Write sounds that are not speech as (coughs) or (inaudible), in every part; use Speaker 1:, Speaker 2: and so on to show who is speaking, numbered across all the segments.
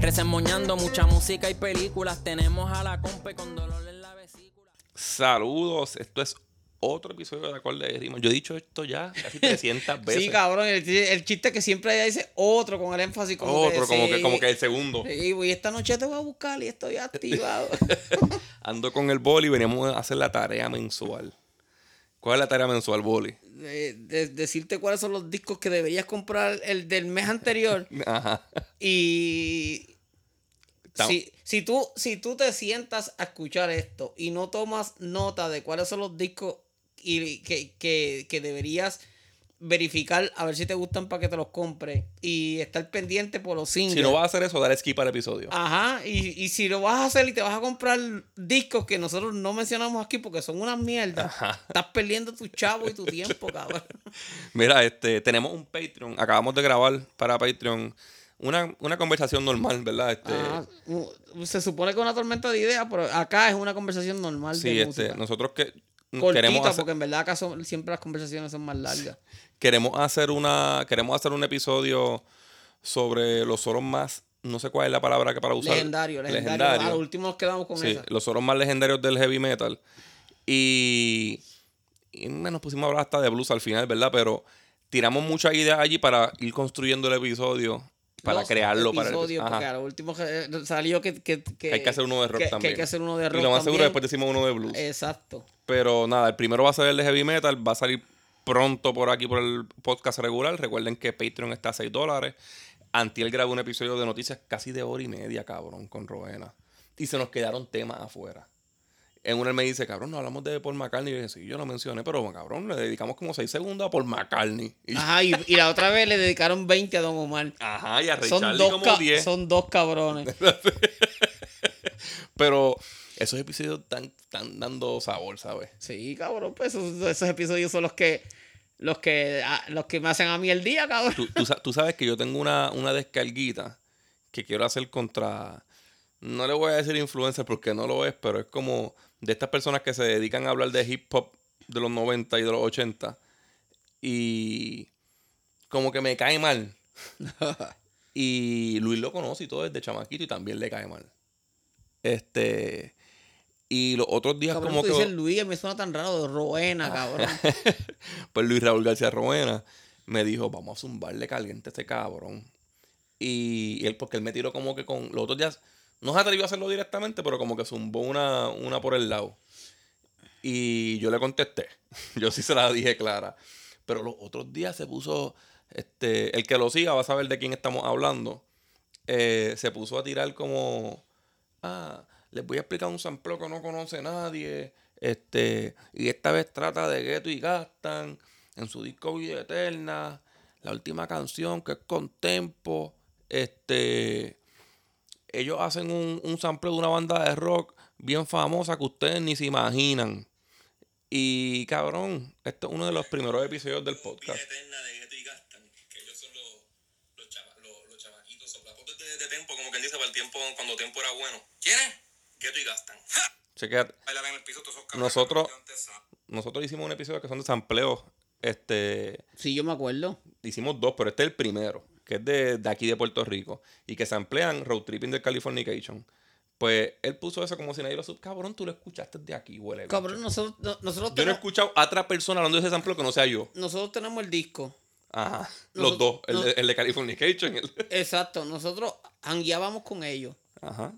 Speaker 1: Resemoñando mucha música y películas. Tenemos a la compa con dolor en la vesícula.
Speaker 2: Saludos, esto es otro episodio de Acorde de Rima. Yo he dicho esto ya
Speaker 3: (laughs)
Speaker 2: casi 300 veces.
Speaker 3: Sí, cabrón, el, el chiste que siempre ella dice otro con el énfasis como
Speaker 2: Otro,
Speaker 3: que,
Speaker 2: Oh, como, que,
Speaker 3: sí.
Speaker 2: como que el segundo.
Speaker 3: Sí, güey, esta noche te voy a buscar y
Speaker 2: (laughs)
Speaker 3: estoy activado.
Speaker 2: Ando con el boli y veníamos a hacer la tarea mensual. ¿Cuál es la tarea mensual, boli?
Speaker 3: De- de- decirte cuáles son los discos que deberías comprar el del mes anterior.
Speaker 2: Ajá.
Speaker 3: Y
Speaker 2: Tam-
Speaker 3: si, si, tú, si tú te sientas a escuchar esto y no tomas nota de cuáles son los discos y que, que- que deberías verificar a ver si te gustan para que te los compres y estar pendiente por los singles.
Speaker 2: Si no vas a hacer eso, dar skip al episodio.
Speaker 3: Ajá, y, y si lo vas a hacer y te vas a comprar discos que nosotros no mencionamos aquí porque son unas mierdas, estás perdiendo tu chavo y tu tiempo,
Speaker 2: (laughs)
Speaker 3: cabrón.
Speaker 2: Mira, este, tenemos un Patreon. Acabamos de grabar para Patreon una, una conversación normal, ¿verdad? Este,
Speaker 3: Ajá, u- se supone que es una tormenta de ideas, pero acá es una conversación normal
Speaker 2: sí,
Speaker 3: de
Speaker 2: este,
Speaker 3: música.
Speaker 2: nosotros que
Speaker 3: Cortita,
Speaker 2: queremos hacer,
Speaker 3: porque en verdad acá son- siempre las conversaciones son más largas.
Speaker 2: queremos hacer una queremos hacer un episodio sobre los solos más no sé cuál es la palabra que para usar
Speaker 3: legendario, legendario. A lo último nos quedamos con
Speaker 2: Sí,
Speaker 3: esa.
Speaker 2: los solos más legendarios del heavy metal y, y nos pusimos a hablar hasta de blues al final verdad pero tiramos muchas ideas allí para ir construyendo el episodio para
Speaker 3: Los
Speaker 2: crearlo
Speaker 3: episodios,
Speaker 2: para el,
Speaker 3: porque
Speaker 2: Ajá.
Speaker 3: a lo último eh, salió que, que- que-
Speaker 2: hay que hacer uno de rock
Speaker 3: que- que
Speaker 2: también
Speaker 3: hay que hacer uno de rock.
Speaker 2: y lo más seguro
Speaker 3: también.
Speaker 2: después decimos uno de blues
Speaker 3: Exacto.
Speaker 2: Pero nada, el primero va a ser el de heavy metal, va a salir pronto por aquí por el podcast regular. Recuerden que Patreon está a 6 dólares. Antiel grabó un episodio de noticias casi de hora y media, cabrón, con Roena. Y se nos quedaron temas afuera. En una él me dice, cabrón, no hablamos de Paul McCartney. Y yo dije, sí, yo lo mencioné, pero cabrón, le dedicamos como 6 segundos a Paul McCartney. Y-
Speaker 3: Ajá, y, y la otra vez le dedicaron 20 a Don Omar.
Speaker 2: ajá, y a Ray
Speaker 3: Son
Speaker 2: Charlie
Speaker 3: dos,
Speaker 2: como
Speaker 3: ca-
Speaker 2: 10.
Speaker 3: son dos cabrones. (laughs)
Speaker 2: Pero esos episodios están, están dando sabor, ¿sabes?
Speaker 3: Sí, cabrón, pues esos, esos episodios son los que los que ah, los que me hacen a mí el
Speaker 2: (laughs)
Speaker 3: día, cabrón.
Speaker 2: tú, tú sa- tú sabes que yo tengo una, una descarguita que quiero hacer contra. No le voy a decir influencer porque no lo es, pero es como de estas personas que se dedican a hablar de hip hop de los 90 y de los 80. Y como que me cae mal. y Luis lo conoce y todo desde chamaquito y también le cae mal. Este. Y los otros días,
Speaker 3: Cabrón,
Speaker 2: como
Speaker 3: tú
Speaker 2: que.
Speaker 3: dices Luis, me suena tan raro de
Speaker 2: (laughs)
Speaker 3: Roena, cabrón.
Speaker 2: pues Luis Raúl García Roena me dijo, vamos a zumbarle caliente a este cabrón. Y, y él, porque él me tiró como que con los otros días, no se atrevió a hacerlo directamente, pero como que zumbó una, una por el lado. Y yo le contesté, (laughs) yo sí se la dije clara. Pero los otros días se puso, este, el que lo siga va a saber de quién estamos hablando. Eh, se puso a tirar como, ah, les voy a explicar un sampleo que no conoce nadie. Este, y esta vez trata de Gueto y Gastan en su disco Vida Eterna. La última canción que es con tempo. Este, ellos hacen un, un sampleo de una banda de rock bien famosa que ustedes ni se imaginan. Y cabrón, este es uno de los primeros episodios del podcast.
Speaker 4: eterna de Gueto y Gastan, que ellos son los, los, chava- los, los chavaquitos soplapotes de, de tempo, como que él dice, para el tiempo, cuando tiempo era bueno. ¿Quiénes? Gueto y Gastan. (laughs) ¡Ja!
Speaker 2: Chequea-
Speaker 4: Bailar en el piso todos esos
Speaker 2: Nosotros-
Speaker 4: que antes sa-
Speaker 2: nosotros hicimos un episodio que son de sampleos. Este,
Speaker 3: Sí, yo me acuerdo.
Speaker 2: hicimos dos, pero este es el primero, que es de, de aquí de Puerto Rico, y que se emplean Road Tripping del Californication. Pues él puso eso como si nadie lo sub. Cabrón, tú lo escuchaste de aquí, huele. bicho.
Speaker 3: Cabrón, nosotros, no- nosotros,
Speaker 2: yo no he
Speaker 3: tenemos,
Speaker 2: escuchado a otra persona hablando de ese sampleo que no sea yo.
Speaker 3: nosotros tenemos el disco.
Speaker 2: Ajá. los
Speaker 3: Nosotros-
Speaker 2: dos. El, de- el de Californication. el-
Speaker 3: Exacto, nosotros hangueábamos con ellos.
Speaker 2: Ajá.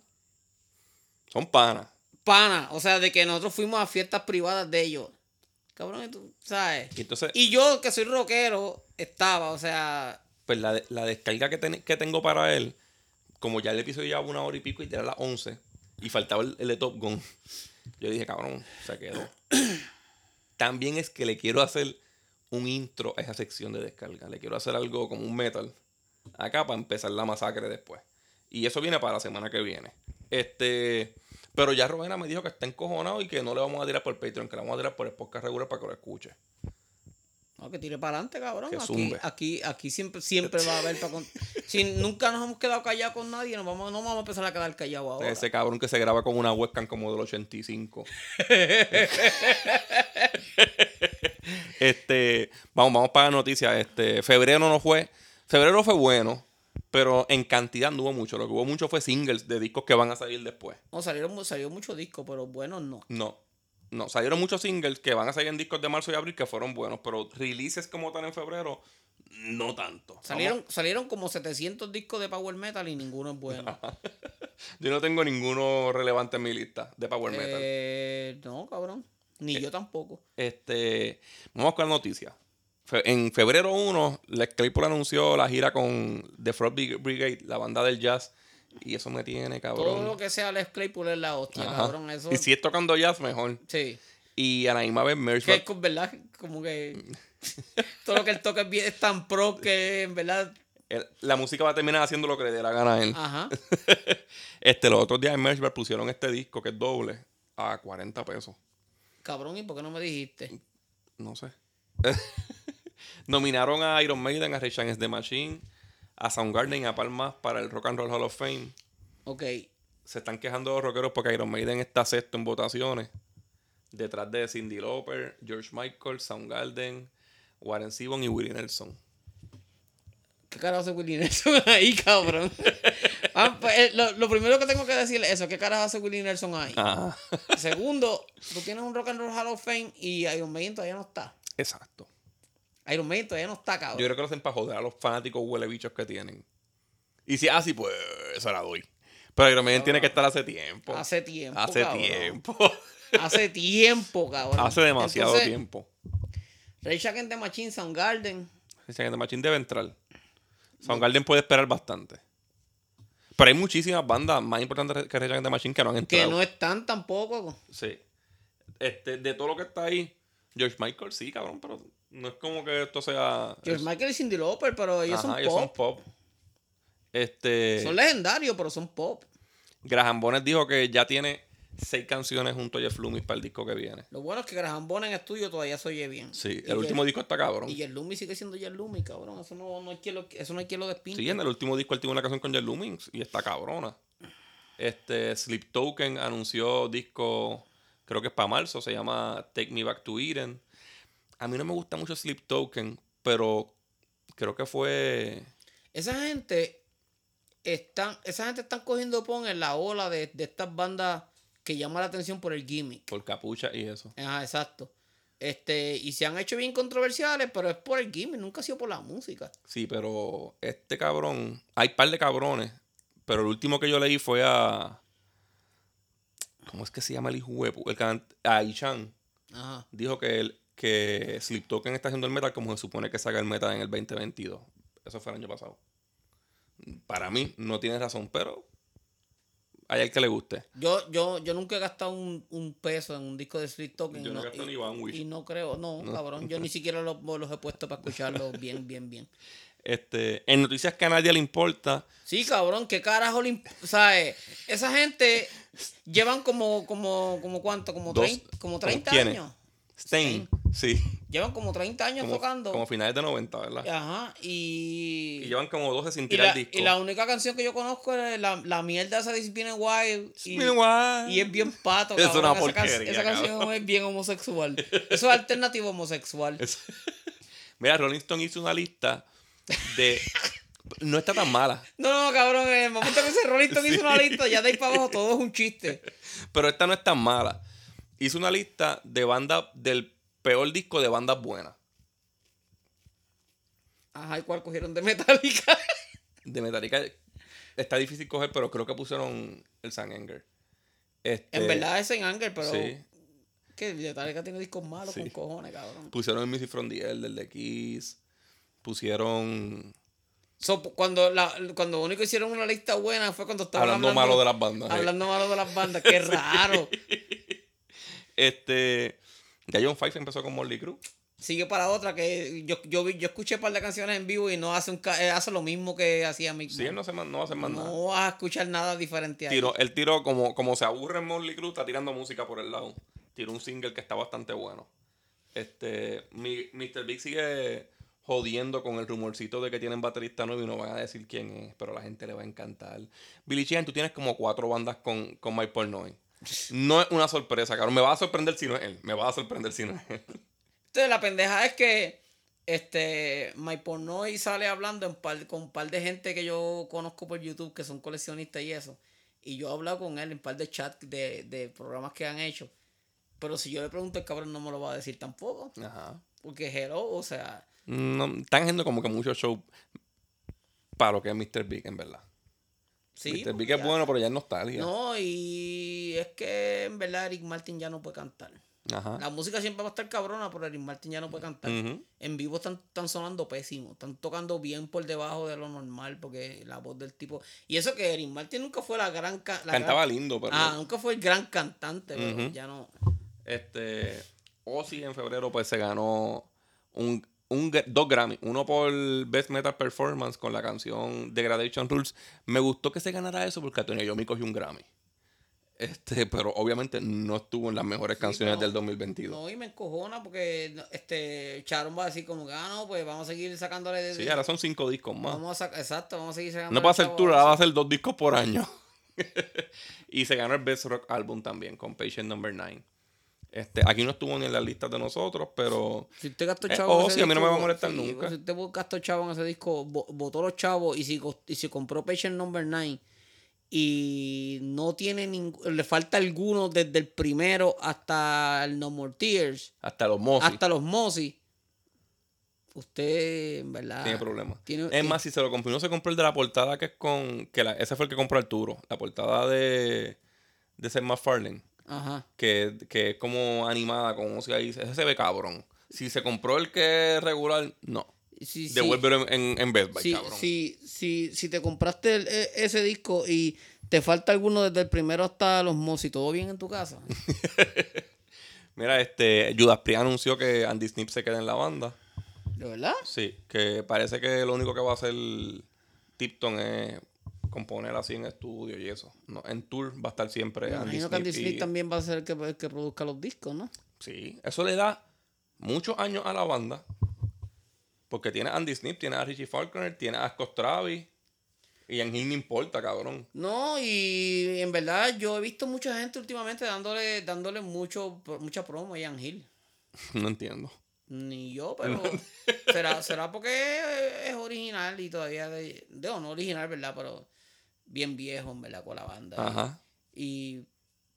Speaker 2: Son panas.
Speaker 3: Pana, o sea, de que nosotros fuimos a fiestas privadas de ellos. Cabrón, y tú sabes.
Speaker 2: Y entonces,
Speaker 3: Y yo, que soy rockero, estaba, o sea,
Speaker 2: pues la, de- la descarga que, ten- que tengo para él, como ya el episodio llevaba una hora y pico y ya era las 11, y faltaba el, el de Top Gun, yo dije, cabrón, se quedó. También es que le quiero hacer un intro a esa sección de descarga. Le quiero hacer algo como un metal. Acá para empezar la masacre después. Y eso viene para la semana que viene. Este. Pero ya Rowena me dijo que está encojonado y que no le vamos a tirar por Patreon, que le vamos a tirar por el podcast regular para que lo escuche.
Speaker 3: No, que tire para adelante, cabrón.
Speaker 2: Que
Speaker 3: Aquí,
Speaker 2: zumbe.
Speaker 3: aquí, aquí siempre, siempre va a haber
Speaker 2: (laughs)
Speaker 3: para con- Si nunca nos hemos quedado callados con nadie, nos vamos, no vamos a empezar a quedar callados ahora.
Speaker 2: Ese cabrón que se graba con una webcam como del
Speaker 3: (laughs)
Speaker 2: 85. este, vamos, vamos para la noticia. Este, febrero no fue. Febrero fue bueno, pero en cantidad no hubo mucho. Lo que hubo mucho fue singles de discos que van a salir después.
Speaker 3: No, salieron, mu- salió mucho disco, pero bueno, no.
Speaker 2: No. No, salieron muchos singles que van a salir en discos de marzo y abril que fueron buenos, pero releases como tal en febrero, no tanto.
Speaker 3: Salieron, salieron como 700 discos de Power Metal y ninguno es bueno.
Speaker 2: Vamos- yo no tengo ninguno relevante en mi lista de (laughs) Power Metal. Eh,
Speaker 3: Eh, no, cabrón. Ni yo tampoco.
Speaker 2: Este, vamos con la noticia. Fe- en febrero 1, Lex Claypool anunció la gira con The Frog Brig- Brigade, la banda del jazz. Y eso me tiene,
Speaker 3: Todo
Speaker 2: cabrón.
Speaker 3: lo que sea Les Claypool es la hostia,
Speaker 2: Ajá.
Speaker 3: cabrón. Eso.
Speaker 2: Y si es tocando jazz, mejor.
Speaker 3: sí.
Speaker 2: Y a la misma vez, Merch
Speaker 3: Que es
Speaker 2: va-
Speaker 3: con verdad, como
Speaker 2: (laughs)
Speaker 3: que. todo lo que él toca es, bien, es tan pro que en verdad.
Speaker 2: el- la música va a terminar haciendo lo que le dé la gana a él.
Speaker 3: Ajá.
Speaker 2: Este, los otros días en Merch Bar pusieron este disco, que es doble, a 40 pesos.
Speaker 3: Cabrón, ¿y por qué no me dijiste?
Speaker 2: No sé. (laughs) Nominaron a Iron Maiden, a Rage Against the Machine, a Soundgarden y a Palmas para el Rock and Roll Hall of Fame.
Speaker 3: Ok.
Speaker 2: se están quejando los rockeros porque Iron Maiden está sexto en votaciones. Detrás de Cindy Lauper, George Michael, Soundgarden, Warren Zevon y Willie Nelson.
Speaker 3: ¿Qué carajo hace Willie Nelson (laughs)
Speaker 2: (laughs)
Speaker 3: ahí, cabrón? Ah, pues, eh, lo, lo primero que tengo que decir es eso: ¿qué carajo hace Willie Nelson ahí?
Speaker 2: Ajá.
Speaker 3: Segundo, tú tienes un Rock and Roll Hall of Fame y Iron Maiden todavía no está.
Speaker 2: (laughs) Exacto.
Speaker 3: Iron Maiden todavía no está,
Speaker 2: Yo
Speaker 3: cabrón.
Speaker 2: creo que lo hacen para joder a los fanáticos huele bichos que tienen. Y si así, pues se la doy. Pero Iron Maiden tiene que estar hace tiempo.
Speaker 3: Hace tiempo.
Speaker 2: Hace
Speaker 3: cabrón.
Speaker 2: tiempo. (laughs)
Speaker 3: Hace tiempo, cabrón.
Speaker 2: hace demasiado
Speaker 3: Entonces,
Speaker 2: tiempo.
Speaker 3: Rage Against the Machine, Soundgarden.
Speaker 2: Dicen que The Machine debe entrar. Soundgarden puede esperar bastante. Pero hay muchísimas bandas más importantes que Rage Against the Machine que no han
Speaker 3: Que
Speaker 2: entrado.
Speaker 3: no están tampoco.
Speaker 2: Sí. Este, de todo lo que está ahí, George Michael sí, cabrón, pero no es como que esto sea.
Speaker 3: George
Speaker 2: es-
Speaker 3: Michael y Cindy Lauper, pero ellos
Speaker 2: Ajá,
Speaker 3: son
Speaker 2: ellos
Speaker 3: pop.
Speaker 2: pop. Este.
Speaker 3: Son legendarios, pero son pop.
Speaker 2: Graham Bonnet dijo que ya tiene seis canciones junto a Jeff Loomis para el disco que viene.
Speaker 3: Lo bueno es que Graham Bonnet en estudio todavía se oye bien.
Speaker 2: Sí,
Speaker 3: Y
Speaker 2: el último
Speaker 3: Jer-
Speaker 2: disco está cabrón.
Speaker 3: Y Jerlumi sigue siendo Jerlumi, cabrón. Eso no, no hay quien lo, eso no hay quien lo despinte.
Speaker 2: Sí, en el último disco él tiene una canción con Jeff Loomis y está cabrona. Este, Sleep Token anunció disco, creo que es para marzo, se llama Take Me Back to Eden. A mí no me gusta mucho Sleep Token, pero creo que fue.
Speaker 3: Esa gente están, esa gente están cogiendo pon en la ola de, de estas bandas que llama la atención por el gimmick.
Speaker 2: Por capucha y eso.
Speaker 3: Ajá, exacto. Este, y se han hecho bien controversiales, pero es por el gimmick, nunca ha sido por la música.
Speaker 2: Sí, pero este cabrón. Hay par de cabrones. Pero el último que yo leí fue a. ¿Cómo es que se llama el hijo de pu- El can- A Ichan.
Speaker 3: Ajá.
Speaker 2: Dijo que, el, que Sleep Token está haciendo el metal como se supone que saca el metal en el 2022. Eso fue el año pasado. Para mí, no tiene razón, pero. Hay al que le guste.
Speaker 3: Yo, yo, yo nunca he gastado un, un peso en un disco de Street Token.
Speaker 2: Yo no he gastado
Speaker 3: y,
Speaker 2: ni one wish.
Speaker 3: y no creo, no,
Speaker 2: No.
Speaker 3: cabrón. Yo ni siquiera los, los he puesto
Speaker 2: (laughs)
Speaker 3: para escucharlos bien, bien, bien.
Speaker 2: Este, en noticias que a nadie le importa,
Speaker 3: Sí, cabrón, qué carajo le imp- o sea, eh, Esa gente llevan como, como, como cuánto, como,
Speaker 2: Dos-
Speaker 3: trein- como 30
Speaker 2: ¿quiénes?
Speaker 3: años.
Speaker 2: Stein, sí,
Speaker 3: Llevan como 30 años
Speaker 2: como,
Speaker 3: tocando.
Speaker 2: como finales de 90, ¿verdad?
Speaker 3: Ajá, y.
Speaker 2: Y llevan como 12 sin
Speaker 3: y
Speaker 2: tirar
Speaker 3: la,
Speaker 2: disco.
Speaker 3: y la única canción que yo conozco es la, la mierda esa de It's Been a While. Y,
Speaker 2: Meanwhile.
Speaker 3: y es bien pato.
Speaker 2: (laughs) Es
Speaker 3: cabrón,
Speaker 2: una
Speaker 3: esa can-
Speaker 2: porquería,
Speaker 3: Esa canción
Speaker 2: cabrón.
Speaker 3: es bien
Speaker 2: (laughs)
Speaker 3: homosexual. Eso es alternativo homosexual.
Speaker 2: Es- (laughs) Mira, Rolling Stone hizo una lista de. No está tan mala,
Speaker 3: No, no, cabrón, en el momento que ese
Speaker 2: (laughs)
Speaker 3: Rolling Stone hizo una lista, ya de ahí para abajo todo es un chiste.
Speaker 2: pero esta no es tan mala. Hizo una lista de bandas del peor disco de bandas buenas
Speaker 3: Ajá, ¿y cuál cogieron de Metallica? (laughs)
Speaker 2: de Metallica. Está difícil coger, pero creo que pusieron el San Anger. Este,
Speaker 3: En verdad es en Anger, pero.
Speaker 2: Sí.
Speaker 3: Que Metallica tiene discos malos
Speaker 2: Sí.
Speaker 3: con cojones, cabrón.
Speaker 2: Pusieron el Music from the Air, del de Kiss. Pusieron.
Speaker 3: So, cuando, la, cuando único hicieron una lista buena fue cuando estaban
Speaker 2: Hablando, malo de las bandas. sí.
Speaker 3: Hablando malo de las
Speaker 2: (laughs)
Speaker 3: bandas, qué raro.
Speaker 2: Este. Ya John Fife empezó con Morley Crue.
Speaker 3: sigue para otra que yo, yo, vi- yo escuché un par de canciones en vivo y no hace, un, ca- eh, hace lo mismo que hacía Mick
Speaker 2: Sí, él
Speaker 3: Mill.
Speaker 2: no, se man- no va a hacer más nada.
Speaker 3: No vas a escuchar nada diferente a él.
Speaker 2: Tiró- él tiró como, como se aburre en Motley Crue, está tirando música por el lado. Tiró un single que está bastante bueno. Este, mi, Mr. Big sigue jodiendo con el rumorcito de que tienen baterista nuevo y no van a decir quién es, pero a la gente le va a encantar. Billy Sheehan, tú tienes como cuatro bandas con, con Mike Portnoy. No es una sorpresa, cabrón. Me va a sorprender si no es él. Me va a sorprender si no es
Speaker 3: (laughs)
Speaker 2: él.
Speaker 3: Entonces la pendeja es que este My Pornoy sale hablando en par- con un par de gente que yo conozco por YouTube que son coleccionistas y eso. Y yo he hablado con él en un par de chat de, de programas que han hecho. Pero si yo le pregunto, el cabrón no me lo va a decir tampoco.
Speaker 2: Ajá.
Speaker 3: Porque hello, o sea,
Speaker 2: No, están haciendo como que mucho show para lo que es Mr. Big, en verdad.
Speaker 3: sí.
Speaker 2: Mr. Big
Speaker 3: porque
Speaker 2: es
Speaker 3: ya-
Speaker 2: bueno, pero ya es nostalgia.
Speaker 3: No, y es que en verdad Eric Martin ya no puede cantar.
Speaker 2: Ajá.
Speaker 3: La música siempre va a estar cabrona, pero Eric Martin ya no puede cantar.
Speaker 2: Ujú.
Speaker 3: En vivo están, están sonando pésimo. Están tocando bien por debajo de lo normal porque la voz del tipo. Y eso que Erin Martin nunca fue la gran. ca- la
Speaker 2: Cantaba
Speaker 3: gran-
Speaker 2: lindo, pero.
Speaker 3: Ah, nunca fue el gran cantante, pero
Speaker 2: Ujú.
Speaker 3: ya no.
Speaker 2: Este, Ozzy en febrero pues se ganó un, un gr- dos Grammy, uno por Best Metal Performance con la canción Degradation Rules. Me gustó que se ganara eso porque Antonio Yomi cogió un Grammy. Este, pero obviamente no estuvo en las mejores canciones
Speaker 3: pero-
Speaker 2: del 2022.
Speaker 3: No, y me encojona porque no, este Charon va a decir como que ah, no, pues vamos a seguir sacándole de.
Speaker 2: sí, ahora son cinco discos más.
Speaker 3: vamos a sac- Exacto, vamos a seguir sacando.
Speaker 2: No puede hacer tour, ahora va a hacer dos discos por año. (laughs) y se ganó el Best Rock Album también con Patient Number 9. Este, aquí no estuvo ni en las listas de nosotros, pero
Speaker 3: Si usted gastó
Speaker 2: Eh,
Speaker 3: chavo.
Speaker 2: ojo, sí, a mí no me va a molestar nunca.
Speaker 3: Si usted gastó chavo en ese disco, bo- botó los chavos y si, cos- y si compró Patient Number 9 y no tiene ningún. Le falta alguno desde el primero hasta el No More Tears,
Speaker 2: hasta los mozos.
Speaker 3: hasta los Mossy. Usted, en verdad.
Speaker 2: tiene problemas.
Speaker 3: Ah, tiene-
Speaker 2: es más, si se lo compró, no se compró el de la portada que es con. que la- Ese fue el que compró Arturo. La portada de. de Seth MacFarlane.
Speaker 3: Ajá.
Speaker 2: Que, que es como animada con Ozzy ahí. Ese se ve cabrón. Si se compró el que es regular, no.
Speaker 3: Sí, sí.
Speaker 2: Devuélvelo en, en, en Best Buy,
Speaker 3: si,
Speaker 2: cabrón.
Speaker 3: si, si, si te compraste el- e- ese disco y te falta alguno desde el primero hasta los Mossy, ¿todo bien en tu casa? (laughs)
Speaker 2: Mira, este. Judas Priest anunció que Andy Snip se queda en la banda.
Speaker 3: ¿De verdad?
Speaker 2: Sí, que parece que lo único que va a hacer Tipton es componer así en estudio y eso. No, en tour va a estar siempre
Speaker 3: Me
Speaker 2: Andy
Speaker 3: imagino que Andy
Speaker 2: Snip y-
Speaker 3: Smith también va a ser el que, el que produzca los discos, ¿no?
Speaker 2: Sí, eso le da muchos años a la banda. Porque tiene a Andy Snip, tiene a Richie Falconer, tiene a Scott Travis. Y en Hill no importa, cabrón.
Speaker 3: No, y en verdad yo he visto mucha gente últimamente dándole, dándole mucho, mucha promo a Ian Hill.
Speaker 2: (laughs) No entiendo.
Speaker 3: Ni yo, (laughs) pero será, será porque es original y todavía de, digo, no original, ¿verdad? Pero bien viejo, en verdad, con la banda.
Speaker 2: Ajá.
Speaker 3: Y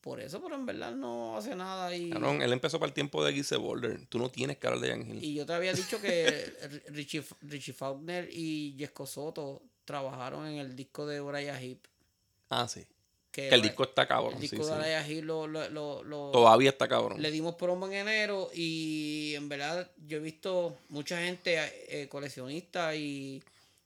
Speaker 3: por eso, pero en verdad no hace nada y,
Speaker 2: Cabrón, él empezó para el tiempo de Gise Boulder. Tú no tienes cara de Ian Hill.
Speaker 3: y yo te había dicho que Richie, Richie Faulkner y Jesco Soto trabajaron en el disco de Brian Heap.
Speaker 2: Ah, sí. Que el disco está cabrón.
Speaker 3: El
Speaker 2: sí,
Speaker 3: disco
Speaker 2: sí.
Speaker 3: de Araya Hill lo, lo- lo- lo-
Speaker 2: Todavía está cabrón.
Speaker 3: le dimos promo en enero y en verdad yo he visto mucha gente eh, coleccionista y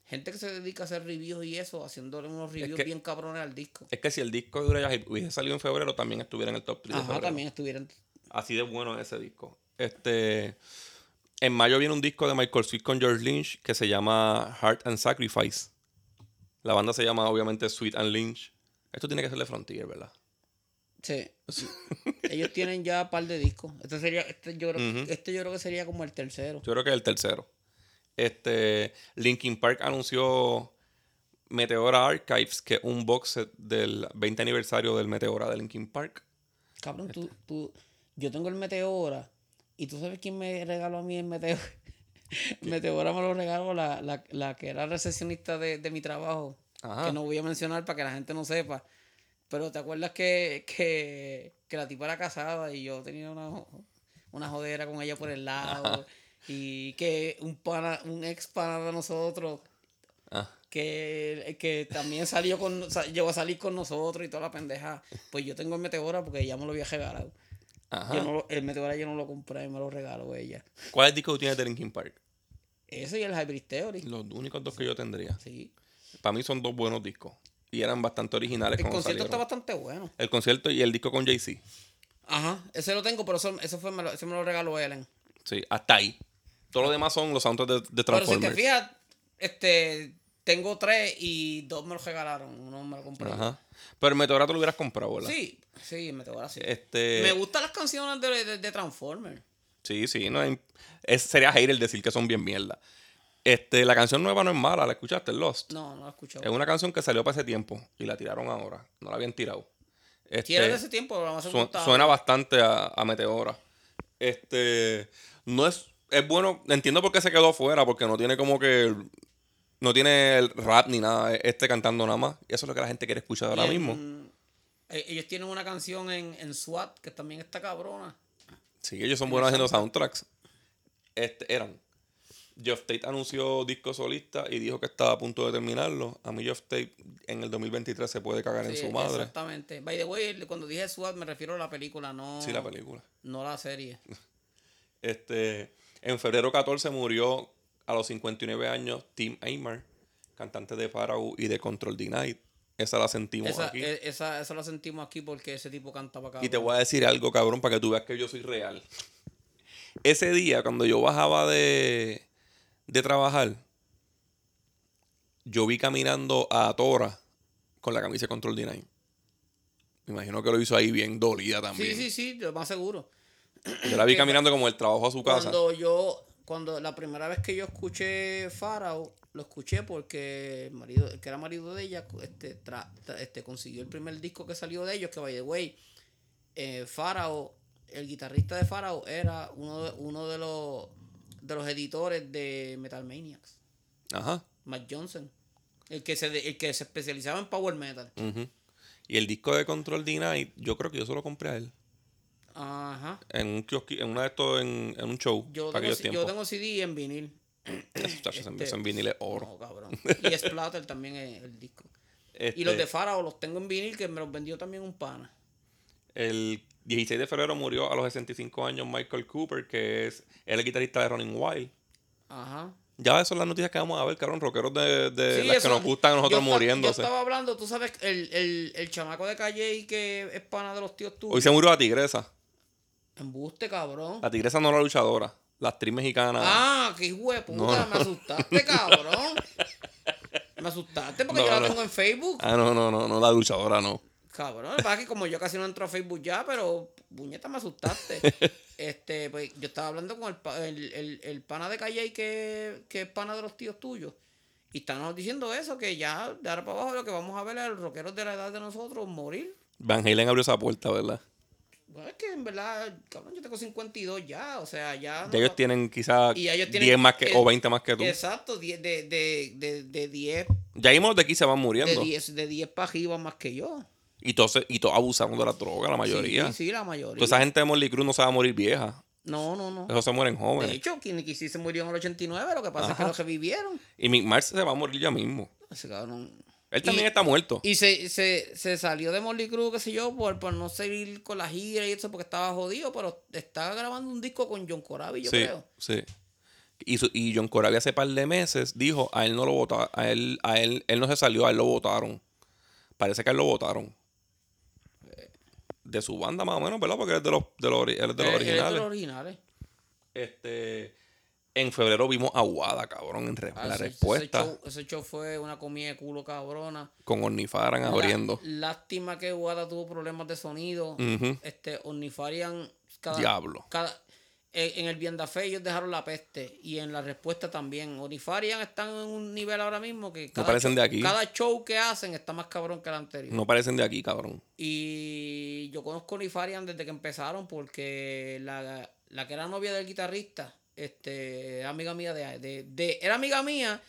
Speaker 3: gente que se dedica a hacer reviews y eso, haciéndole unos reviews
Speaker 2: que-
Speaker 3: bien cabrones al disco.
Speaker 2: Es que si el disco de Uriah Heep hubiese salido en febrero, también estuviera en el top 3 de
Speaker 3: Ajá,
Speaker 2: febrero.
Speaker 3: también estuvieron.
Speaker 2: Así de bueno es ese disco. Este, en mayo viene un disco de Michael Sweet con George Lynch que se llama Heart and Sacrifice. La banda se llama obviamente Sweet and Lynch. Esto tiene que ser de Frontier, ¿verdad?
Speaker 3: Sí. Ellos tienen ya un par de discos. Este sería, este yo creo,
Speaker 2: Ujú.
Speaker 3: este yo creo que sería como el tercero.
Speaker 2: Yo creo que es el tercero. Este, Linkin Park anunció Meteora Archives, que es un box set del 20 aniversario del Meteora de Linkin Park.
Speaker 3: Cabrón, tú, tú, yo tengo el Meteora y tú sabes quién me regaló a mí el Meteora. Meteora me lo regaló la, la, la que era recesionista de, de mi trabajo,
Speaker 2: Ajá.
Speaker 3: que no voy a mencionar para que la gente no sepa. Pero te acuerdas que, que, que la tipa era casada y yo tenía una, jo- una jodera con ella por el lado. Y que un pana, un ex pana de nosotros
Speaker 2: Ah,
Speaker 3: que, que también salió con sa- llegó a salir con nosotros y toda la pendeja. Pues yo tengo el meteora porque ella me lo había regalado.
Speaker 2: ajá.
Speaker 3: Yo no lo- el meteora yo no lo compré, me lo regaló ella.
Speaker 2: ¿Cuál es el disco que tú tienes de Linkin Park?
Speaker 3: Ese y el Hybrid Theory.
Speaker 2: Los únicos dos que yo tendría.
Speaker 3: Sí.
Speaker 2: Para mí son dos buenos discos. Y eran bastante originales
Speaker 3: El
Speaker 2: cuando
Speaker 3: concierto está
Speaker 2: salieron.
Speaker 3: bastante bueno.
Speaker 2: El concierto y el disco con Jay-Z.
Speaker 3: Ajá, ese lo tengo, pero eso, eso fue, me lo, ese me lo regaló Ellen.
Speaker 2: Sí, hasta ahí. Todo lo demás son los soundtracks de, de
Speaker 3: Pero si te
Speaker 2: Transformers.
Speaker 3: fijas, este, tengo tres y dos me los regalaron. Uno me lo compré.
Speaker 2: Ajá. Pero el Meteorato lo hubieras comprado, ¿verdad?
Speaker 3: Sí, sí, me tengo así.
Speaker 2: Este,
Speaker 3: Me gustan las canciones de, de, de Transformers.
Speaker 2: Sí, sí, no hay- es, sería hater el decir que son bien mierda. Este, la canción nueva no es mala, la escuchaste, Lost.
Speaker 3: No, no la he escuchado.
Speaker 2: Es una canción que salió para ese tiempo y la tiraron ahora. No la habían tirado. Este,
Speaker 3: Si eres de ese tiempo, lo más
Speaker 2: su-
Speaker 3: gustaba.
Speaker 2: suena bastante a, a Meteora. Este, no es, es bueno, entiendo por qué se quedó afuera, porque no tiene como que, no tiene el rap ni nada, es este cantando nada más. Y eso es lo que la gente quiere escuchar ahora
Speaker 3: Y en-
Speaker 2: mismo.
Speaker 3: eh, Ellos tienen una canción en, en SWAT que también está cabrona.
Speaker 2: Sí, ellos son buenos haciendo soundtracks. Este, eran. Jeff Tate anunció disco solista y dijo que estaba a punto de terminarlo. A mí Jeff Tate en el 2023 se puede cagar en
Speaker 3: Sí,
Speaker 2: su madre.
Speaker 3: Exactamente. By the way, cuando dije SWAT me refiero a la película, no,
Speaker 2: Sí, la película.
Speaker 3: no la serie.
Speaker 2: Este, en febrero 14 murió a los 59 años Tim Aymar, cantante de Pharaoh y de Control Denied. Esa la sentimos
Speaker 3: Esa,
Speaker 2: aquí.
Speaker 3: e- esa, esa la sentimos aquí porque ese tipo cantaba acá.
Speaker 2: Y te voy a decir algo, cabrón, para que tú veas que yo soy real. Ese día, cuando yo bajaba de, de trabajar, yo vi caminando a Tora con la camisa de Control Denied. Me imagino que lo hizo ahí bien dolida
Speaker 3: Sí,
Speaker 2: también.
Speaker 3: sí, sí, lo más seguro.
Speaker 2: Yo la vi caminando como el trabajo a su casa.
Speaker 3: Cuando yo, cuando la primera vez que yo escuché Farao, lo escuché porque el marido, el que era marido de ella, este, tra- tra- este consiguió el primer disco que salió de ellos, que by the way, eh, Farao, el guitarrista de Farao era uno de, uno de los de los editores de Metal Maniacs,
Speaker 2: Ajá.
Speaker 3: Matt Johnson, el que se de- el que se especializaba en power metal.
Speaker 2: ujú. Y el disco de Control Denied, yo creo que yo se lo compré a él.
Speaker 3: Ajá.
Speaker 2: En un kiosqui- en una de estos, en, en un show. para
Speaker 3: Yo tengo,
Speaker 2: aquellos
Speaker 3: C-
Speaker 2: tiempos.
Speaker 3: yo tengo CD en vinil.
Speaker 2: Eso, chacho,
Speaker 3: este-
Speaker 2: son viniles oro.
Speaker 3: No,
Speaker 2: (laughs)
Speaker 3: cabrón. Y Splatter también es el disco. Y los
Speaker 2: Este-
Speaker 3: de Farao los tengo en vinil que me los vendió también un pana.
Speaker 2: El 16 de febrero murió a los 65 años Michael Cooper, que es el guitarrista de Running Wild.
Speaker 3: Ajá.
Speaker 2: Ya esas son las noticias que vamos a ver, cabrón, rockeros de, de
Speaker 3: Sí,
Speaker 2: Eh, las
Speaker 3: eso-
Speaker 2: que nos gustan a
Speaker 3: yo
Speaker 2: nosotros
Speaker 3: esta-
Speaker 2: muriéndose.
Speaker 3: Yo estaba hablando, tú sabes, el, el, el chamaco de calle y que es pana de los tíos tú.
Speaker 2: Hoy se Ah. murió la tigresa.
Speaker 3: Embuste, cabrón.
Speaker 2: La tigresa no la luchadora, la actriz mexicana.
Speaker 3: Ah, qué hijo de
Speaker 2: No,
Speaker 3: puta,
Speaker 2: no.
Speaker 3: me
Speaker 2: (laughs)
Speaker 3: asustaste, cabrón. Me asustaste porque
Speaker 2: No,
Speaker 3: yo la
Speaker 2: no.
Speaker 3: tengo en Facebook.
Speaker 2: Ah, no, no, no, no, la luchadora no.
Speaker 3: Cabrón, para que como yo casi no entro a Facebook ya, pero puñeta, me asustaste.
Speaker 2: (laughs)
Speaker 3: este, pues yo estaba hablando con el, pa- el, el- el pana de calle y que, que es pana de los tíos tuyos. Y estábamos diciendo eso, que ya de ahora para abajo lo que vamos a ver es a los rockeros de la edad de nosotros morir.
Speaker 2: Van Halen abrió esa puerta, ¿verdad?
Speaker 3: Bueno, es que en verdad, cabrón, yo tengo 52 ya, o sea, ya.
Speaker 2: Ya ellos tienen quizás
Speaker 3: Ah, Y ya ellos
Speaker 2: 10
Speaker 3: tienen-
Speaker 2: más que,
Speaker 3: eh,
Speaker 2: o 20 más que tú.
Speaker 3: Exacto, 10 de, de, de, de 10,
Speaker 2: Ya mismo los de aquí se van
Speaker 3: de
Speaker 2: muriendo.
Speaker 3: 10, de 10 para arriba más que yo.
Speaker 2: Y todos, se- y todos abusaron de la droga, la mayoría.
Speaker 3: Sí, sí, sí, la mayoría.
Speaker 2: Toda esa gente de Molly Cruz no se va a morir vieja.
Speaker 3: No, no, no.
Speaker 2: Esos se mueren
Speaker 3: De
Speaker 2: jóvenes.
Speaker 3: hecho, Kinnicky sí se murió en el 89, lo que pasa es que
Speaker 2: Ajá.
Speaker 3: los revivieron.
Speaker 2: Y Mick Mars se va a morir ya mismo.
Speaker 3: Ese cabrón.
Speaker 2: Él también
Speaker 3: Y-
Speaker 2: está muerto.
Speaker 3: Y se, se, se salió de Molly Crew, qué sé yo, por, por no seguir con la gira y eso, porque estaba jodido, pero estaba grabando un disco con John Corabi, yo
Speaker 2: sí,
Speaker 3: creo.
Speaker 2: sí. Y, su- y John Corabi hace par de meses dijo, a él no lo votaron, a él, a él, él no se salió, a él lo votaron. Parece que a él lo votaron. De su banda más o menos, ¿verdad? Porque él es de los, de los, ori- él es de los
Speaker 3: Eh, Él- él es
Speaker 2: originales.
Speaker 3: los originales.
Speaker 2: Este, en febrero vimos a Wada, cabrón, en re-
Speaker 3: Ah,
Speaker 2: la
Speaker 3: ese-
Speaker 2: respuesta.
Speaker 3: Ese show, ese show fue una comida de culo cabrona.
Speaker 2: con Ornifarian abriendo.
Speaker 3: La- lástima que Wada tuvo problemas de sonido.
Speaker 2: Ujú.
Speaker 3: Este, Omnifarian. Cada,
Speaker 2: Diablo.
Speaker 3: cada- eh, en el Viandafe ellos dejaron la peste. Y en la respuesta también. Onifarian están en un nivel ahora mismo que. Cada
Speaker 2: parecen
Speaker 3: show,
Speaker 2: de aquí.
Speaker 3: Cada show que hacen está más cabrón que el anterior.
Speaker 2: No parecen de aquí, cabrón.
Speaker 3: Y yo conozco a Onifarian desde que empezaron porque la, la que era novia del guitarrista, este, era amiga mía de, de- de- era amiga mía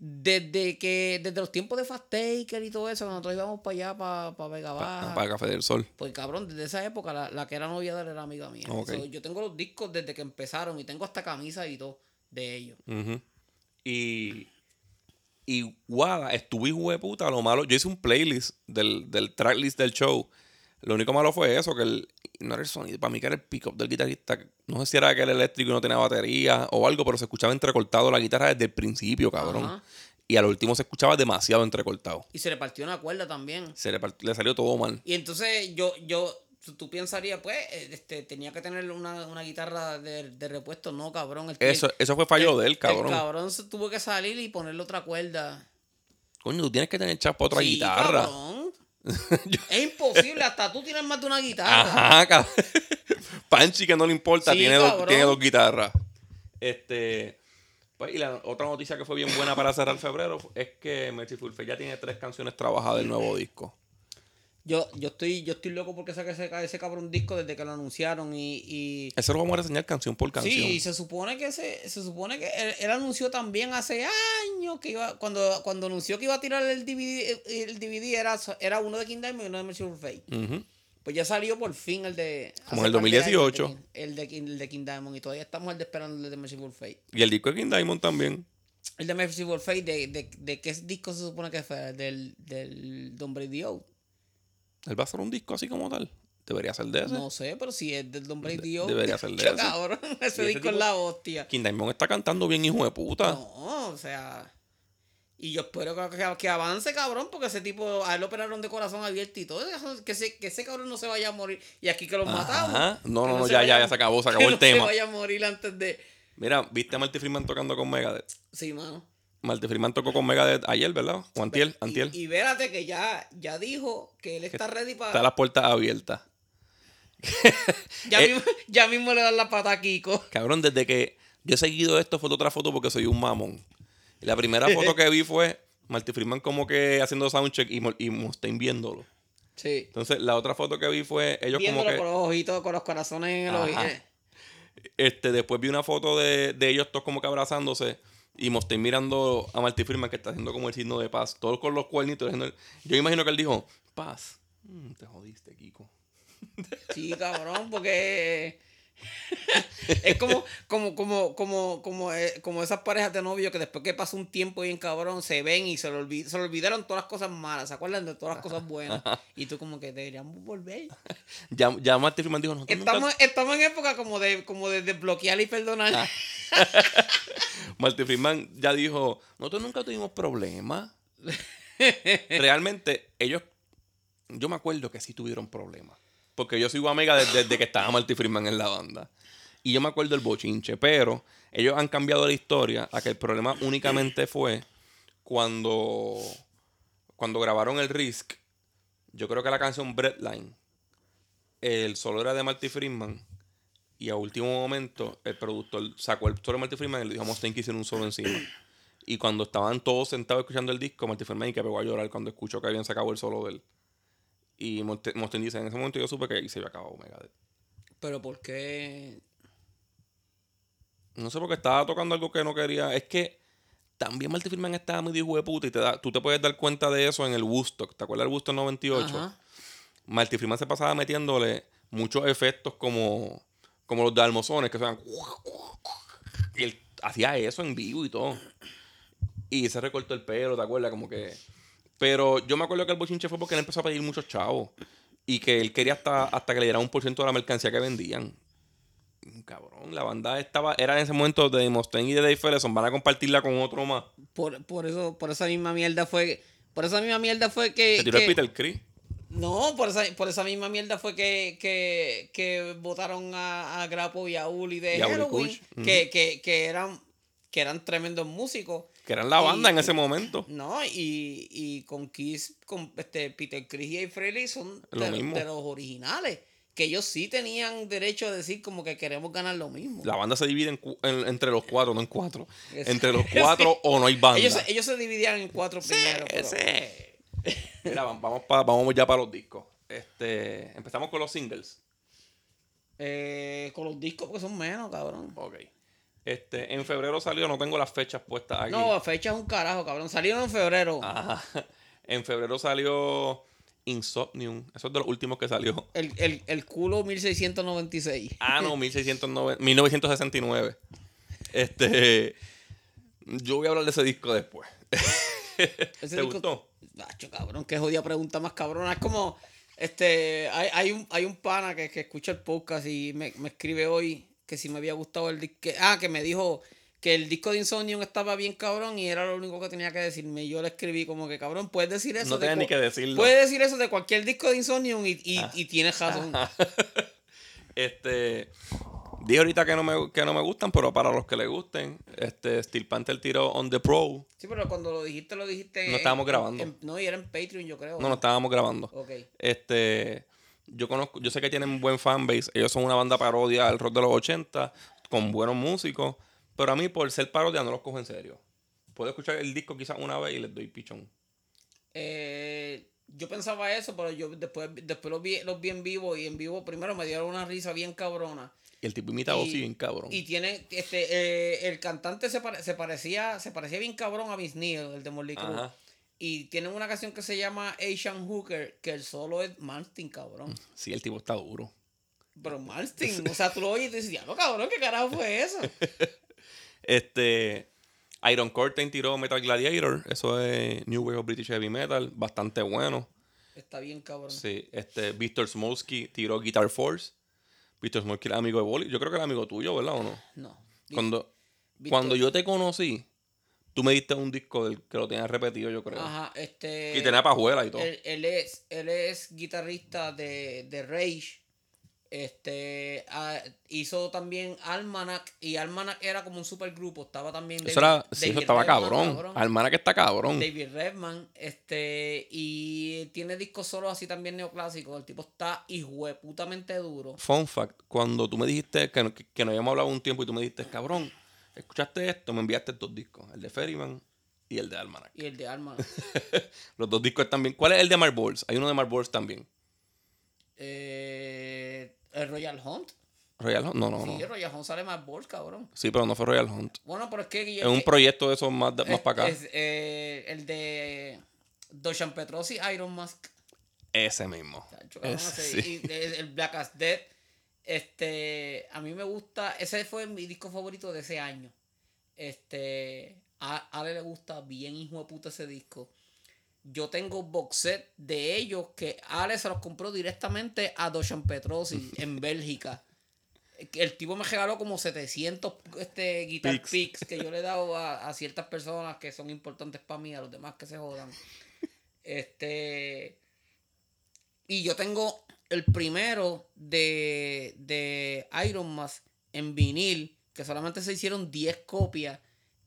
Speaker 3: desde que desde los tiempos de Fast Taker y todo eso, que nosotros íbamos para allá para, Vega Baja.
Speaker 2: Pa- Para Café del Sol.
Speaker 3: Pues cabrón, desde esa época la, la que era novia de él era amiga mía.
Speaker 2: Ok.
Speaker 3: So, yo tengo los discos desde que empezaron y tengo hasta camisas y todo de ellos.
Speaker 2: Ujú. Y. Y Wada, estuve hijo de puta. Lo malo, yo hice un playlist del, del tracklist del show. Lo único malo fue eso, que el, no era el sonido. Para mí que era el pick-up del guitarrista. No sé si era que era eléctrico y no tenía batería o algo, pero se escuchaba entrecortado la guitarra desde el principio, cabrón.
Speaker 3: Ajá.
Speaker 2: Y al último se escuchaba demasiado entrecortado.
Speaker 3: Y se le partió una cuerda también.
Speaker 2: Se le, part- le salió todo mal.
Speaker 3: Y entonces yo, yo, tú- tú pensarías, pues, eh, este, tenía que tener una, una guitarra de, de repuesto. No, cabrón. El,
Speaker 2: Eso,
Speaker 3: el-
Speaker 2: eso fue fallo de él,
Speaker 3: El
Speaker 2: cabrón.
Speaker 3: cabrón se tuvo que salir y ponerle otra cuerda.
Speaker 2: Coño, tú tienes que tener chapa otra
Speaker 3: Sí,
Speaker 2: guitarra.
Speaker 3: cabrón.
Speaker 2: (laughs) Yo-
Speaker 3: Es imposible, hasta tú tienes más de una guitarra.
Speaker 2: Ajá, (laughs) cabrón. Panchi que no le importa,
Speaker 3: Sí,
Speaker 2: tiene, dos,
Speaker 3: cabrón.
Speaker 2: tiene dos guitarras. Este. pues, y la otra noticia que fue bien buena para cerrar febrero es que Mercyful ya tiene tres canciones trabajadas del nuevo disco.
Speaker 3: Yo, yo estoy, yo estoy loco porque saque ese, ese cabrón disco desde que lo anunciaron y, y-
Speaker 2: Eso lo vamos a reseñar canción por canción.
Speaker 3: sí, y se supone que se, se supone que él, él anunció también hace años que iba, cuando, cuando anunció que iba a tirar el DVD, el DVD era, era uno de King Diamond y uno de Mercyful Fate.
Speaker 2: Ujú.
Speaker 3: Pues ya salió por fin el de.
Speaker 2: Como en el
Speaker 3: hace par de años,
Speaker 2: 2018.
Speaker 3: el de King- El de, King- el de King Diamond y todavía estamos el de esperando el de Mercyful Fate.
Speaker 2: Y el disco de King Diamond también.
Speaker 3: El de Mercyful Fate, de, de, de qué disco se supone que fue? Del, del Don Brady Out.
Speaker 2: Él va a hacer un disco así como tal. Debería ser de ese.
Speaker 3: No sé, pero si es del Don Brady
Speaker 2: De-
Speaker 3: Out.
Speaker 2: debería ser
Speaker 3: (laughs)
Speaker 2: de
Speaker 3: Yo,
Speaker 2: ese.
Speaker 3: cabrón, ese
Speaker 2: ese
Speaker 3: disco es
Speaker 2: tipo-
Speaker 3: la hostia.
Speaker 2: King Diamond está cantando bien, hijo de puta.
Speaker 3: No, o sea. Y yo espero que, que- que avance, cabrón, porque ese tipo, a él lo operaron de corazón abierto y todo. eso, Que ese, que ese cabrón no se vaya a morir. Y aquí que lo
Speaker 2: Ajá.
Speaker 3: matamos.
Speaker 2: No,
Speaker 3: que
Speaker 2: no, no,
Speaker 3: se
Speaker 2: ya,
Speaker 3: vaya-
Speaker 2: ya, ya se acabó, se
Speaker 3: (laughs) que
Speaker 2: acabó el
Speaker 3: no
Speaker 2: tema.
Speaker 3: se vaya a morir antes de.
Speaker 2: Mira, viste a Marty Freeman tocando con Megadeth.
Speaker 3: Sí, mano.
Speaker 2: Marty Freeman tocó con Megadeth ayer, ¿verdad? O antiel, antiel.
Speaker 3: Y, y vérate que ya, ya dijo que él está ready para.
Speaker 2: Está las puertas abiertas.
Speaker 3: Ya,
Speaker 2: eh.
Speaker 3: mismo, (laughs) ya mismo le dan la pata a Kiko.
Speaker 2: Cabrón, desde que yo he seguido esto foto tras foto porque soy un mamón. La primera foto que vi fue Marty Freeman como que haciendo soundcheck y, Mol- y Mustaine viéndolo.
Speaker 3: Sí.
Speaker 2: Entonces, la otra foto que vi fue ellos como
Speaker 3: Viéndolo con
Speaker 2: que...
Speaker 3: los ojitos, con los corazones en el
Speaker 2: Ajá.
Speaker 3: ojito. eh.
Speaker 2: Este, después vi una foto de, de ellos todos como que abrazándose y Mustaine mirando a Marty Freeman que está haciendo como el signo de paz. Todos con los cuernitos. haciendo el- Yo imagino que él dijo, paz. Mm, te jodiste, Kiko.
Speaker 3: Sí, cabrón, porque eh, (laughs) es como, como, como, como, como, eh, como esas parejas de novio que después que pasa un tiempo bien cabrón, se ven y se le, olvi- se le olvidaron todas las cosas malas, se acuerdan de todas las cosas buenas. Y tú como que deberíamos volver.
Speaker 2: Ya, ya Marty Freeman dijo, nosotros nunca-
Speaker 3: Estamos, estamos en época como de, como de desbloquear y perdonar.
Speaker 2: Ah. Marty Friedman ya dijo, nosotros nunca tuvimos problemas. Realmente, ellos, yo me acuerdo que sí tuvieron problemas. Porque yo sigo a Mega desde, desde que estaba Marty Friedman en la banda. Y yo me acuerdo el bochinche, pero ellos han cambiado la historia a que el problema únicamente fue cuando, cuando grabaron el Risk. Yo creo que la canción Breadline, el solo era de Marty Friedman. Y a último momento, el productor sacó el solo de Marty Friedman y le dijo a Mustaine que hicieron un solo encima. Y cuando estaban todos sentados escuchando el disco, Marty Friedman y que pegó a llorar cuando escuchó que habían sacado el solo de él. Y Monte- Mustaine dice, en ese momento yo supe que ahí se había acabado Megadeth.
Speaker 3: Pero ¿por qué?
Speaker 2: No sé por qué estaba tocando algo que no quería. Es que también Marty Friedman estaba medio hijo de puta y te da, tú te puedes dar cuenta de eso en el Woodstock. ¿Te acuerdas del Woodstock 98?
Speaker 3: Ajá.
Speaker 2: Marty Friedman se pasaba metiéndole muchos efectos como, como los de Almozones, que son Y él hacía eso en vivo y todo. Y se recortó el pelo, ¿te acuerdas? Como que... Pero yo me acuerdo que el bochinche fue porque él empezó a pedir muchos chavos. Y que él quería hasta, hasta que le dieran un por ciento de la mercancía que vendían. Cabrón, la banda estaba... Era en ese momento de Mustaine y de Dave Fellison. Van a compartirla con otro más.
Speaker 3: Por, por eso, por esa misma mierda fue, por esa misma mierda fue que.
Speaker 2: Se tiró
Speaker 3: que-
Speaker 2: el Peter Criss.
Speaker 3: No, por esa, por esa misma mierda fue que, que, que votaron a, a Grapo y a Uli de
Speaker 2: Y a Uli
Speaker 3: Halloween,
Speaker 2: Kush,
Speaker 3: que,
Speaker 2: ujú.
Speaker 3: que, que eran, que eran tremendos músicos,
Speaker 2: Que eran la banda
Speaker 3: Y-
Speaker 2: en ese momento.
Speaker 3: ¿no? Y, y con Kiss, con este Peter Criss y Abe Frehley son
Speaker 2: Lo
Speaker 3: de,
Speaker 2: mismo.
Speaker 3: de los originales, que ellos sí tenían derecho a decir como que queremos ganar lo mismo.
Speaker 2: La banda se divide en cu- en- entre los cuatro, no en cuatro.
Speaker 3: Exacto.
Speaker 2: Entre
Speaker 3: (laughs)
Speaker 2: los cuatro o no hay banda.
Speaker 3: Ellos, se- ellos se dividían en cuatro primeros. pero-
Speaker 2: Mira, vam- vamos, pa- vamos ya para los discos. Este, empezamos con los singles.
Speaker 3: eh, con los discos porque son menos, cabrón.
Speaker 2: Ok. Este, en febrero salió, no tengo las fechas puestas aquí.
Speaker 3: No, fecha es un carajo, cabrón. Salieron en febrero.
Speaker 2: Ajá. En febrero salió Insomnium. Eso es de los últimos que salió.
Speaker 3: El, el, el culo 1696.
Speaker 2: Ah,
Speaker 3: (laughs)
Speaker 2: no, 1609 1969. Este. Yo voy a hablar de ese disco después.
Speaker 3: Ese
Speaker 2: ¿Te
Speaker 3: disco-
Speaker 2: gustó?
Speaker 3: Nacho, cabrón, qué jodida pregunta más cabrona. Es como, este, hay, hay un, hay un pana que, que escucha el podcast y me, me escribe hoy que si me había gustado el disco. que- ah, que me dijo que el disco de Insomnium estaba bien cabrón y era lo único que tenía que decirme. Y yo le escribí como que, cabrón, puedes decir eso.
Speaker 2: No
Speaker 3: de
Speaker 2: tenía
Speaker 3: cu-
Speaker 2: ni que decirlo. Ah.
Speaker 3: Puedes decir eso de cualquier disco de Insomnium y, y, y tienes razón.
Speaker 2: (laughs) Este. Dije ahorita que no, me, que no me gustan, pero para los que le gusten, este Steel Panther tiró On the Pro.
Speaker 3: Sí, pero cuando lo dijiste, lo dijiste.
Speaker 2: No
Speaker 3: en-
Speaker 2: estábamos grabando.
Speaker 3: en- no, y era en Patreon, yo creo.
Speaker 2: No, no estábamos grabando.
Speaker 3: Ok.
Speaker 2: Este, yo conozco, yo sé que tienen buen fanbase. Ellos son una banda parodia al rock de los 80, con buenos músicos. Pero a mí, por ser parodia, no los cojo en serio. Puedo escuchar el disco quizás una vez y les doy pichón.
Speaker 3: Eh, yo pensaba eso, pero yo después, después los, vi, los vi en vivo y en vivo primero me dieron una risa bien cabrona.
Speaker 2: Y el tipo imita a Ozzy bien cabrón.
Speaker 3: Y tiene, este, eh, el cantante se, pare- se parecía, se parecía bien cabrón a Vince Neil, el de Motley Crue.
Speaker 2: Ajá.
Speaker 3: Y tienen una canción que se llama Asian Hooker, que el solo es Martin, cabrón.
Speaker 2: Sí, el tipo está duro.
Speaker 3: Pero Martin, o sea, tú lo oyes y dices, diablo, cabrón, ¿qué carajo
Speaker 2: (laughs)
Speaker 3: fue eso?
Speaker 2: Este, Iron Curtain tiró Metal Gladiator. Eso es New Wave of British Heavy Metal. Bastante bueno.
Speaker 3: Está bien, cabrón.
Speaker 2: Sí, este, Victor Smolsky tiró Guitar Force. Victor Smolsky era amigo de Boli. Yo creo que era amigo tuyo, ¿verdad o no?
Speaker 3: No.
Speaker 2: Cuando,
Speaker 3: Víctor-
Speaker 2: cuando yo te conocí, tú me diste un disco del que lo tenías repetido, yo creo.
Speaker 3: Ajá, este.
Speaker 2: y tenía pajuela y todo.
Speaker 3: Él, él es, él es guitarrista de, de Rage. Este ah, hizo también Almanac. Y Almanac era como un supergrupo. Estaba también
Speaker 2: eso era, sí,
Speaker 3: David
Speaker 2: eso estaba
Speaker 3: Redman,
Speaker 2: cabrón. Almana que está cabrón.
Speaker 3: David Redman. Este. Y tiene discos solo así también neoclásicos. El tipo está hijueputamente duro.
Speaker 2: Fun fact, cuando tú me dijiste que, que, que nos habíamos hablado un tiempo y tú me dijiste, cabrón, escuchaste esto, me enviaste dos discos, el de Ferryman y el de Almanac. (laughs)
Speaker 3: Y el de Almanac.
Speaker 2: Los dos discos están bien. ¿Cuál es el de Marbles? Hay uno de Marbles también.
Speaker 3: Eh, el Royal Hunt.
Speaker 2: Royal Hunt. No, no,
Speaker 3: Sí, el
Speaker 2: no.
Speaker 3: Royal Hunt sale más bol, cabrón.
Speaker 2: Sí, pero no fue Royal Hunt.
Speaker 3: Bueno, pero es que.
Speaker 2: Es un
Speaker 3: que-
Speaker 2: proyecto de esos más, de-
Speaker 3: (laughs)
Speaker 2: más
Speaker 3: Es-
Speaker 2: para acá.
Speaker 3: es, eh, el de Doshan Petrosi, Iron Mask.
Speaker 2: Ese mismo.
Speaker 3: chacho, cabrón,
Speaker 2: Ese,
Speaker 3: ese-
Speaker 2: sí.
Speaker 3: y de- el Black as Dead. Este, a mí me gusta, ese fue mi disco favorito de ese año. Este, a a Ale le gusta bien hijo de puta ese disco. Yo tengo box set de ellos que Ale se los compró directamente a Doshan Petrosi en Bélgica. El tipo me regaló como 700 este, guitar
Speaker 2: Picks.
Speaker 3: picks. que yo le he dado a, a ciertas personas que son importantes para mí, a los demás que se jodan. Este. Y yo tengo el primero de, de Iron Mask en vinil, que solamente se hicieron 10 copias.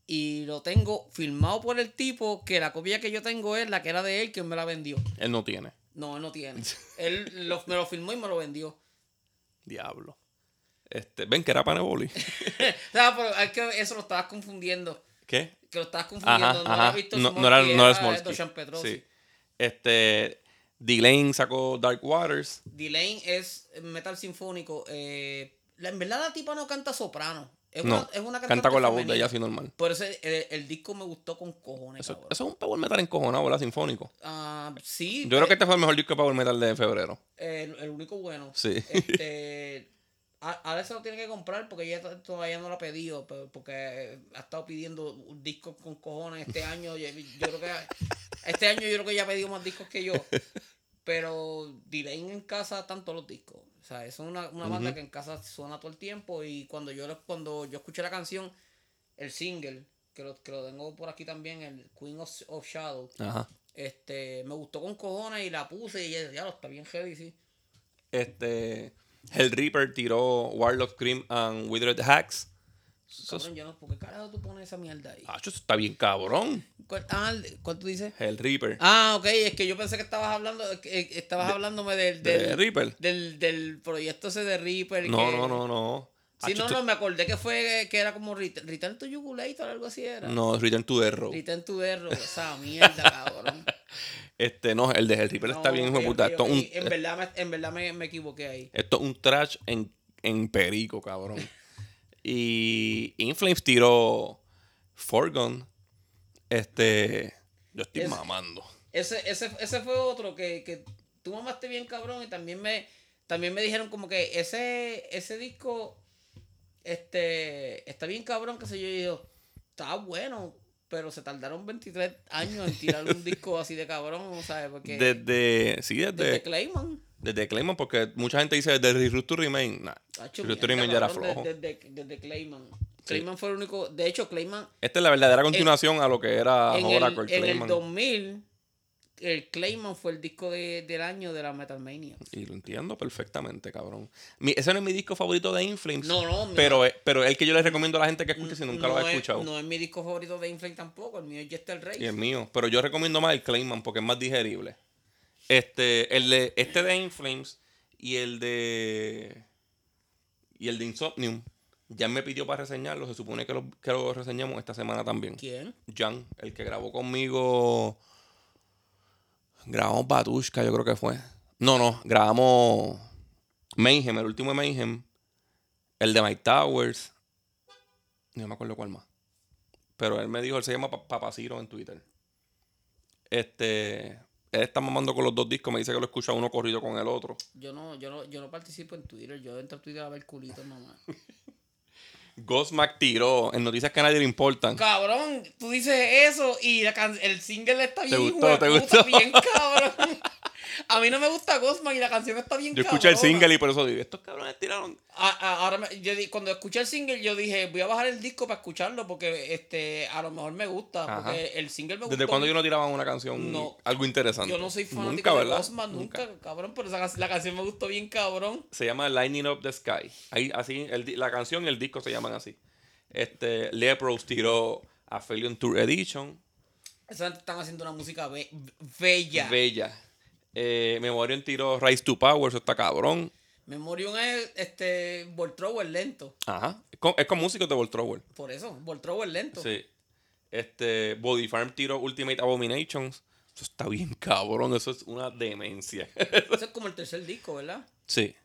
Speaker 3: Y lo tengo firmado por el tipo, que la copia que yo tengo es la que era de él, que me la vendió.
Speaker 2: Él no tiene.
Speaker 3: No, él
Speaker 2: (laughs)
Speaker 3: no tiene. Él lo- me lo firmó y me lo vendió.
Speaker 2: Diablo. Este, ven que era
Speaker 3: (laughs)
Speaker 2: Paneboli.
Speaker 3: O sea, pero es que eso lo estabas confundiendo.
Speaker 2: ¿Qué?
Speaker 3: Que lo estabas confundiendo.
Speaker 2: Ajá,
Speaker 3: no
Speaker 2: ajá.
Speaker 3: era Víctor
Speaker 2: No,
Speaker 3: Smolsky,
Speaker 2: no era, no era
Speaker 3: era
Speaker 2: Smolsky.
Speaker 3: Dusan Petrosi.
Speaker 2: Sí. Este, D-Lane sacó Dark Waters.
Speaker 3: D-Lane es metal sinfónico. eh, la- en verdad la tipa no canta soprano. Es
Speaker 2: no,
Speaker 3: una, es una
Speaker 2: canta con la voz de
Speaker 3: femenina.
Speaker 2: ella así normal.
Speaker 3: Por eso eh, el, disco me gustó con cojones,
Speaker 2: Eso,
Speaker 3: cabrón.
Speaker 2: eso es un power metal encojonado, ¿verdad? Sinfónico.
Speaker 3: Ah, sí,
Speaker 2: Yo creo que
Speaker 3: eh,
Speaker 2: este fue el mejor disco de power metal de febrero.
Speaker 3: el, el único bueno.
Speaker 2: Sí.
Speaker 3: Este, a- ahora se lo tiene que comprar porque ella to- todavía no lo ha pedido, pero- porque eh, ha estado pidiendo un disco con cojones este año. Yo, yo creo que este año yo creo que ella ha pedido más discos que yo. Pero Delay en casa tanto los discos. O sea, es una, una banda que en casa suena todo el tiempo. Y cuando yo lo- cuando yo escuché la canción, el single, que lo, que lo tengo por aquí también, el Queen of, of Shadow,
Speaker 2: Ajá.
Speaker 3: este, me gustó con cojones y la puse y ya, ya lo está bien heavy, sí.
Speaker 2: Este, Hell Reaper tiró Warlock Cream and Withered Hacks. Eso, es-
Speaker 3: Cabrón, yo no, ¿por qué carajo tú pones esa mierda ahí?
Speaker 2: Ah, eso está bien cabrón.
Speaker 3: ¿Cuál, ah, el- ¿cuál tú dices?
Speaker 2: Hell Reaper.
Speaker 3: Ah, ok, es que yo pensé que estabas hablando, que, que estabas hablándome del,
Speaker 2: de
Speaker 3: del,
Speaker 2: Reaper.
Speaker 3: del, del proyecto ese de Reaper.
Speaker 2: No,
Speaker 3: que-
Speaker 2: no, no, no.
Speaker 3: Sí,
Speaker 2: Ah,
Speaker 3: no,
Speaker 2: esto-
Speaker 3: no, me acordé que fue, que era como Ret- Return to Jugulator, algo así era.
Speaker 2: No, Return to the Road.
Speaker 3: Return to Error, esa mierda, cabrón.
Speaker 2: Este, no, el de Hell Reaper está
Speaker 3: No,
Speaker 2: bien, hijo
Speaker 3: ok,
Speaker 2: de puta.
Speaker 3: ok,
Speaker 2: Esto, es
Speaker 3: ok,
Speaker 2: un-
Speaker 3: En verdad, me, en verdad me, me equivoqué ahí.
Speaker 2: esto es un trash en, en perico,
Speaker 3: (laughs)
Speaker 2: cabrón. y Inflames tiró Forgone. Este, yo estoy
Speaker 3: Es-
Speaker 2: mamando.
Speaker 3: Ese, ese, ese fue otro que, que tú mamaste bien cabrón y también me, también me dijeron como que ese, ese disco este, está bien cabrón, que sé yo, y yo, está bueno, pero se
Speaker 2: (laughs)
Speaker 3: tardaron 23 años en tirar un disco así de cabrón, ¿sabes? Porque
Speaker 2: Desde, sí, desde,
Speaker 3: desde Clayman.
Speaker 2: Desde Clayman, porque mucha gente dice desde Refuse to Remain. Nah,
Speaker 3: Tacho,
Speaker 2: Refuse to
Speaker 3: mierda,
Speaker 2: Remain ya era
Speaker 3: cabrón,
Speaker 2: flojo.
Speaker 3: Desde, desde, desde Clayman. Clayman fue el único. De hecho, Clayman.
Speaker 2: Esta es la verdadera continuación a lo que era
Speaker 3: en, el,
Speaker 2: Horacle,
Speaker 3: en el
Speaker 2: Ah, Clayman.
Speaker 3: 2000, el Clayman fue el disco de- del año de la Metal Mania.
Speaker 2: Y lo entiendo perfectamente, cabrón. Mi- ese no es mi disco favorito de Inflames.
Speaker 3: No, no, mi-
Speaker 2: Pero es, pero es el que yo les recomiendo a la gente que escuche si nunca
Speaker 3: no
Speaker 2: lo ha
Speaker 3: es-
Speaker 2: escuchado.
Speaker 3: no es mi disco favorito de Inflame tampoco. El mío es Jester Race.
Speaker 2: Y el mío. Pero yo recomiendo más el Clayman porque es más digerible. Este, el de, este de Inflames y el de. Y el de Insomnium. Jan me pidió para reseñarlo. Se supone que lo, que lo reseñamos esta semana también.
Speaker 3: ¿Quién?
Speaker 2: Jan, el que grabó conmigo. Grabamos Batushka, yo creo que fue. No, no, grabamos Mayhem, el último de Mayhem. El de Mike Towers. No me acuerdo cuál más. Pero él me dijo, él se llama Pa- Papaciro en Twitter. Este. Él está mamando con los dos discos. Me dice que lo escucha uno corrido con el otro.
Speaker 3: Yo no, yo no, yo no participo en Twitter. Yo entro a Twitter a ver culitos nomás. (laughs)
Speaker 2: Ghost Mac tiró en noticias que a nadie le importan.
Speaker 3: Cabrón, tú dices eso y la can- el single está bien,
Speaker 2: gustó,
Speaker 3: hijo de
Speaker 2: te
Speaker 3: puta,
Speaker 2: gustó?
Speaker 3: bien cabrón. (laughs) A mí no me gusta Gosman y la canción está bien
Speaker 2: Yo escuché el
Speaker 3: cabrona.
Speaker 2: single y por eso digo, estos cabrones tiraron.
Speaker 3: A- a- ahora me- yo di- cuando escuché el single yo dije, voy a bajar el disco para escucharlo porque este a lo mejor me gusta,
Speaker 2: Ajá.
Speaker 3: porque el single me gusta.
Speaker 2: ¿Desde cuándo yo no tiraba una canción
Speaker 3: No.
Speaker 2: algo interesante?
Speaker 3: Yo no soy fanático
Speaker 2: Nunca,
Speaker 3: de
Speaker 2: ¿verdad?
Speaker 3: Gosman, nunca, cabrón, pero esa can- la canción me gustó bien cabrón.
Speaker 2: Se llama Lightning Up the Sky. Ahí, así, el di- la canción y el disco se llaman así. Este, Lepros tiró a Failure Tour Edition.
Speaker 3: Esa gente están haciendo una música be- bella.
Speaker 2: Bella. Eh, Memoriam tiró Rise to Power. Eso está cabrón.
Speaker 3: Memorium es este Voltrower lento.
Speaker 2: Ajá. Es con, es con músicos de World Trouble.
Speaker 3: Por eso, Voltrower lento.
Speaker 2: Sí. Este, Body Farm tiró Ultimate Abominations. Eso está bien cabrón. Eso es una demencia.
Speaker 3: Eso es como el tercer disco, ¿verdad?
Speaker 2: Sí.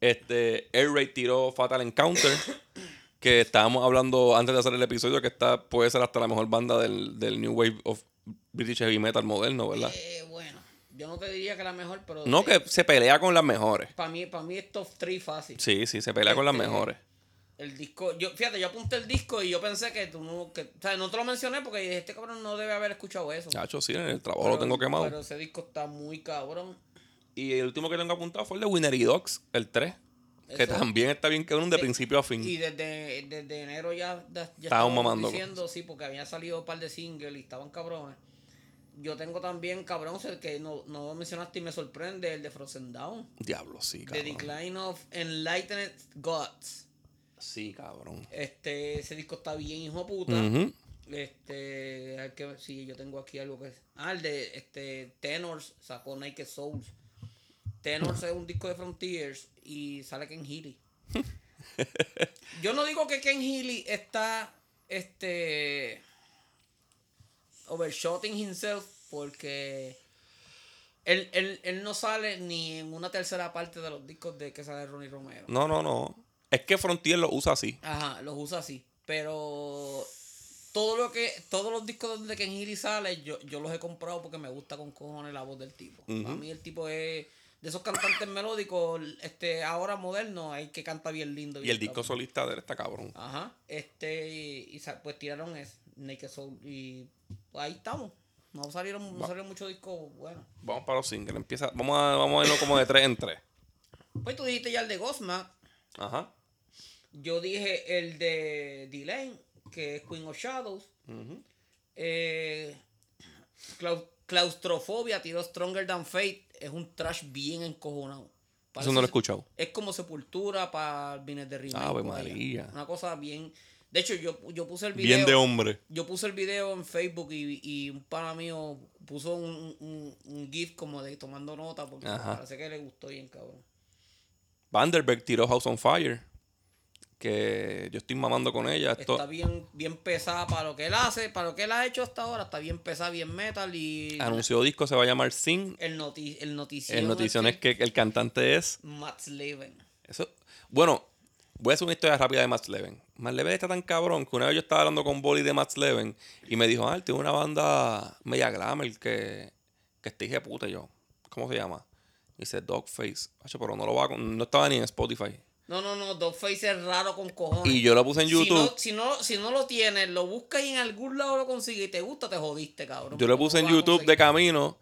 Speaker 2: Este, Air Raid tiró Fatal Encounter, (coughs) que estábamos hablando antes de hacer el episodio, que está, puede ser hasta la mejor banda del, del New Wave of British Heavy Metal moderno, ¿verdad?
Speaker 3: Eh, bueno, yo no te diría que la mejor, pero.
Speaker 2: No, que se pelea con las mejores.
Speaker 3: Para mí, para mí es top 3 fácil.
Speaker 2: Sí, sí, se pelea con las
Speaker 3: Este,
Speaker 2: mejores.
Speaker 3: El disco. Yo, fíjate, yo apunté el disco y yo pensé que tú no. Que, o sea, no te lo mencioné porque dije, este cabrón no debe haber escuchado eso.
Speaker 2: Chacho, sí, en el trabajo
Speaker 3: Pero-
Speaker 2: lo tengo quemado.
Speaker 3: Pero ese disco está muy cabrón.
Speaker 2: y el último que tengo apuntado fue el de Winery Dogs, el 3, que
Speaker 3: Eso-
Speaker 2: también está bien cabrón de principio a fin.
Speaker 3: Y desde, desde enero ya, ya ya
Speaker 2: Estaban
Speaker 3: estábamos
Speaker 2: mamando.
Speaker 3: diciendo, sí, porque habían salido un par de singles y estaban cabrones. Yo tengo también, cabrón, el que no, no lo mencionaste y me sorprende, el de Frozen Down.
Speaker 2: Diablo, sí,
Speaker 3: The
Speaker 2: cabrón.
Speaker 3: Decline of Enlightened Gods.
Speaker 2: Sí, cabrón.
Speaker 3: Este, ese disco está bien, hijo de puta.
Speaker 2: Ujú.
Speaker 3: Este, hay que ver si yo tengo aquí algo que es. Ah, el de este, Tenors sacó Nike Souls. Tenors es un disco de Frontiers y sale Ken Healy. yo no digo que Ken Healy está este overshooting himself porque él, él, él no sale ni en una tercera parte de los discos de que sale Ronnie Romero.
Speaker 2: No, no, no. Es que Frontier lo usa así.
Speaker 3: Ajá, los usa así. Pero todo lo que, todos los discos donde Ken Healy sale, yo, yo los he comprado porque me gusta con cojones la voz del tipo. A mí el tipo es de esos cantantes melódicos, este, ahora moderno, hay que canta bien lindo.
Speaker 2: Y
Speaker 3: bien
Speaker 2: el disco
Speaker 3: cabrón.
Speaker 2: solista de él está cabrón.
Speaker 3: Ajá. Este, y, y sa- pues tiraron es Naked Soul. Y pues, ahí estamos. No salieron, no salieron muchos discos buenos.
Speaker 2: Vamos para los singles. Empieza, vamos, a, vamos a verlo como de tres en tres.
Speaker 3: Pues tú dijiste ya el de Gosma.
Speaker 2: Ajá.
Speaker 3: Yo dije el de Dylan, que es Queen of Shadows. Eh, clau- claustrofobia, tiró Stronger Than Fate. Es un trash bien encojonado.
Speaker 2: Eso no lo he escuchado. Ah,
Speaker 3: Es como sepultura para Vines de Rima.
Speaker 2: Ave María.
Speaker 3: Una cosa bien. De hecho, yo, yo puse el video.
Speaker 2: Bien de hombre.
Speaker 3: Yo puse el video en Facebook y, y un pana mío puso un, un, un GIF como de tomando nota porque
Speaker 2: Ajá.
Speaker 3: parece que le gustó bien, cabrón.
Speaker 2: Vanderberg tiró House on Fire. Que yo estoy mamando con ella. Esto,
Speaker 3: Está bien, bien pesada para lo que él hace, para lo que él ha hecho hasta ahora. Está bien pesada, bien metal y
Speaker 2: anunció disco, se va a llamar Sing.
Speaker 3: el, noti el notición.
Speaker 2: El notición es
Speaker 3: este,
Speaker 2: que el cantante es.
Speaker 3: Matt Slaven.
Speaker 2: Eso, bueno, voy a hacer una historia rápida de Matt Leven. Matt Leven está tan cabrón que una vez yo estaba hablando con Boli de Matt Leven y me dijo, ah, él tiene una banda media glamour que, que está hija de puta Y yo. ¿Cómo se llama? Y dice Dogface. Hacho, pero no lo va a con- no estaba ni en Spotify.
Speaker 3: No, no, no, Dogface es raro con cojones.
Speaker 2: Y yo lo puse en
Speaker 3: Si no,
Speaker 2: YouTube.
Speaker 3: si, no, si no lo tienes, lo buscas y en algún lado lo consigues y te gusta, te jodiste, cabrón.
Speaker 2: yo lo
Speaker 3: No
Speaker 2: puse en
Speaker 3: vas a
Speaker 2: YouTube de
Speaker 3: conseguir.
Speaker 2: camino.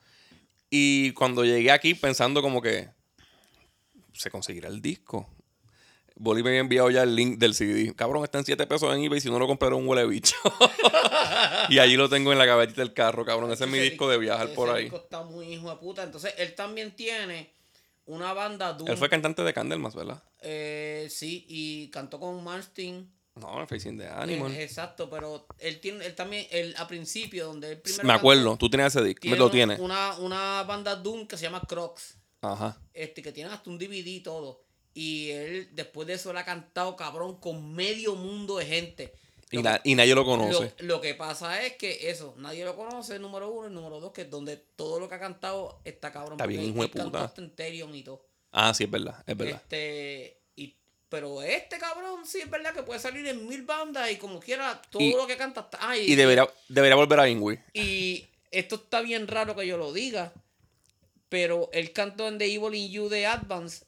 Speaker 2: Y cuando llegué aquí pensando como que, se conseguirá el disco. Bolí me había enviado ya el link del CD. Cabrón, está en 7 pesos en eBay. Si no lo compraron, un huele
Speaker 3: (laughs)
Speaker 2: bicho. y allí lo tengo en la gavetita del carro, cabrón. Ese es mi disco de viajar
Speaker 3: ese
Speaker 2: por ahí.
Speaker 3: disco está muy hijo de puta. Entonces, él también tiene una banda Doom.
Speaker 2: Él fue cantante de Candlemas, ¿verdad?
Speaker 3: eh, sí, y cantó con Martin.
Speaker 2: No, en Facing the Animal.
Speaker 3: Eh, exacto, pero él tiene, él también, él a principio, donde él primero
Speaker 2: Me acuerdo,
Speaker 3: cantó,
Speaker 2: tú tenías ese disco.
Speaker 3: tiene
Speaker 2: Me lo
Speaker 3: un-
Speaker 2: tienes.
Speaker 3: Una, una banda Doom que se llama Crocs.
Speaker 2: Ajá.
Speaker 3: Este, que tiene hasta un DVD y todo. Y él, después de eso, él ha cantado cabrón con medio mundo de gente.
Speaker 2: Y,
Speaker 3: Lo
Speaker 2: na- y nadie lo
Speaker 3: lo,
Speaker 2: conoce.
Speaker 3: lo que pasa es que eso, nadie lo conoce, número uno, y número dos, que es donde todo lo que ha cantado está cabrón.
Speaker 2: Está bien,
Speaker 3: porque
Speaker 2: hijo de
Speaker 3: él cantó
Speaker 2: puta.
Speaker 3: hasta en Therion y todo.
Speaker 2: Ah, sí, es verdad, es verdad.
Speaker 3: Este, y, pero este cabrón sí es verdad que puede salir en mil bandas y como quiera, todo
Speaker 2: Y-
Speaker 3: lo que canta está. ah,
Speaker 2: Y debería, debería volver a Ingui.
Speaker 3: y esto está bien raro que yo lo diga, pero él cantó en The Evil in You de Advance.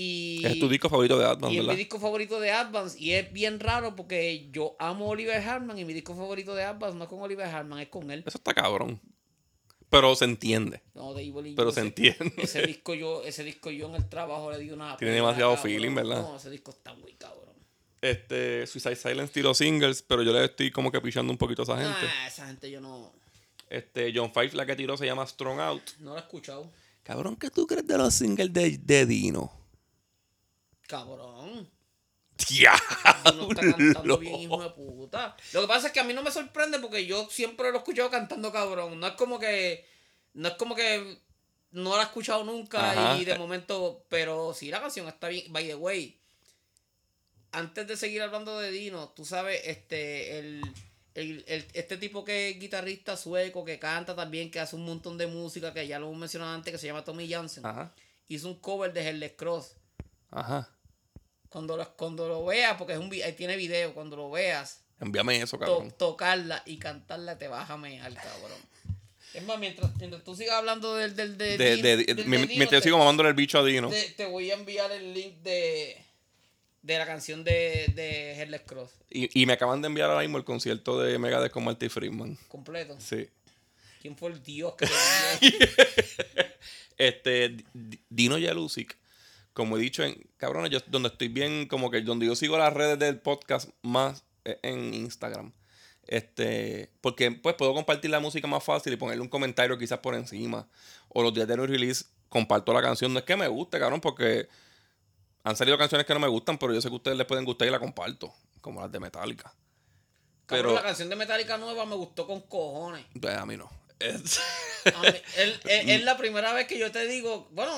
Speaker 3: Y
Speaker 2: Es tu disco favorito de Atman,
Speaker 3: y es mi
Speaker 2: ¿verdad?
Speaker 3: disco favorito de Advance. Y es bien raro porque yo amo a Oliver Harman y mi disco favorito de Advance no es con Oliver Harman, es con él.
Speaker 2: Eso está cabrón. Pero se entiende.
Speaker 3: No, de Evil in
Speaker 2: Pero
Speaker 3: You,
Speaker 2: se
Speaker 3: ese-
Speaker 2: entiende. (laughs)
Speaker 3: Ese disco, yo, ese disco yo en el trabajo le di una.
Speaker 2: Tiene
Speaker 3: pela,
Speaker 2: demasiado
Speaker 3: cabrón.
Speaker 2: feeling, ¿verdad?
Speaker 3: No, ese disco está muy cabrón.
Speaker 2: Este, Suicide Silence tiró singles, pero yo le estoy como que pichando un poquito a esa gente.
Speaker 3: Ah, esa gente yo no,
Speaker 2: Este, John Five, la que tiró, se llama Strong Out.
Speaker 3: no la he escuchado.
Speaker 2: Cabrón, ¿qué tú crees de los singles de, de Dino? (laughs)
Speaker 3: Cabrón. Uno está cantando bien, hijo
Speaker 2: ¡Diablo!
Speaker 3: de puta. Lo que pasa es que a mí no me sorprende porque yo siempre lo he escuchado cantando cabrón. No es como que. No es como que. No la he escuchado nunca
Speaker 2: Ajá.
Speaker 3: y de momento. Pero sí, la canción está bien. By the way, antes de seguir hablando de Dino, tú sabes, este. El, el- el- este tipo que es guitarrista sueco, que canta también, que hace un montón de música, que ya lo hemos mencionado antes, que se llama Tommy Jansen,
Speaker 2: Ajá,
Speaker 3: hizo un cover de Herles Cross.
Speaker 2: ajá.
Speaker 3: Cuando lo, cuando lo veas, porque es un, vi- ahí tiene video, cuando lo veas,
Speaker 2: Envíame eso,
Speaker 3: to-
Speaker 2: cabrón.
Speaker 3: tocarla y cantarla te vas a mear, cabrón. Es más, mientras, mientras tú sigas hablando del... del,
Speaker 2: De,
Speaker 3: del
Speaker 2: de-
Speaker 3: Dino-
Speaker 2: de-
Speaker 3: del-
Speaker 2: me-
Speaker 3: del Dino, pues.
Speaker 2: mientras yo
Speaker 3: te-
Speaker 2: sigo mamándole el bicho a Dino.
Speaker 3: te, te voy a enviar el link de, de la canción de, de Herles Cross,
Speaker 2: Y, y me acaban de enviar ahora mismo el concierto de Megadeth con Marty Friedman.
Speaker 3: completo.
Speaker 2: Sí.
Speaker 3: ¿Quién fue el dios que lo envió?
Speaker 2: Este, D- D- Dino Yalusic, como he dicho, en, cabrones, yo donde estoy bien, como que donde yo sigo las redes del podcast más eh, en Instagram. Este, porque pues puedo compartir la música más fácil y ponerle un comentario quizás por encima. O los días de los release, comparto la canción. No es que me guste, cabrón, porque han salido canciones que no me gustan, pero yo sé que a ustedes les pueden gustar y la comparto. Como las de Metallica. (laughs)
Speaker 3: Cabrón,
Speaker 2: Pero-
Speaker 3: la canción de Metallica nueva me gustó con cojones.
Speaker 2: Pues, a mí no. (laughs) Es-
Speaker 3: A mí-
Speaker 2: (laughs)
Speaker 3: él- él- es la primera vez que yo te digo, bueno,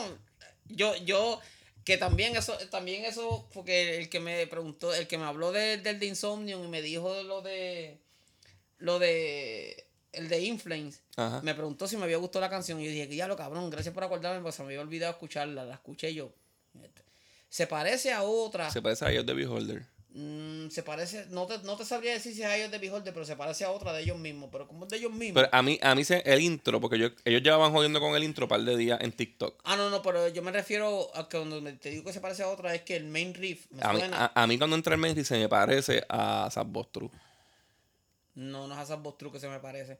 Speaker 3: yo, yo, que también eso, también eso, porque el que me preguntó, el que me habló de- del de Insomnium y me dijo de lo de, lo de, el de Inflames,
Speaker 2: Ajá.
Speaker 3: me preguntó si me había gustado la canción y yo dije, que ya lo cabrón, gracias por acordarme, porque se me había olvidado escucharla, la escuché yo. Se parece a otra.
Speaker 2: Se parece a ellos de Beholder.
Speaker 3: mm, se parece, no te, no te sabría decir si es a ellos de Beholder, pero se parece a otra de ellos mismos. Pero como es de ellos mismos.
Speaker 2: Pero a mí, a mí se, el intro, porque yo, ellos llevaban jodiendo con el intro un par de días en TikTok.
Speaker 3: Ah, no, no, pero yo me refiero a que cuando me- te digo que se parece a otra es que el main riff me
Speaker 2: A mí, ah.
Speaker 3: suena.
Speaker 2: a, a mí cuando entra el Messi se me parece a Sabbostru.
Speaker 3: No, no es a Sabos True que se me parece.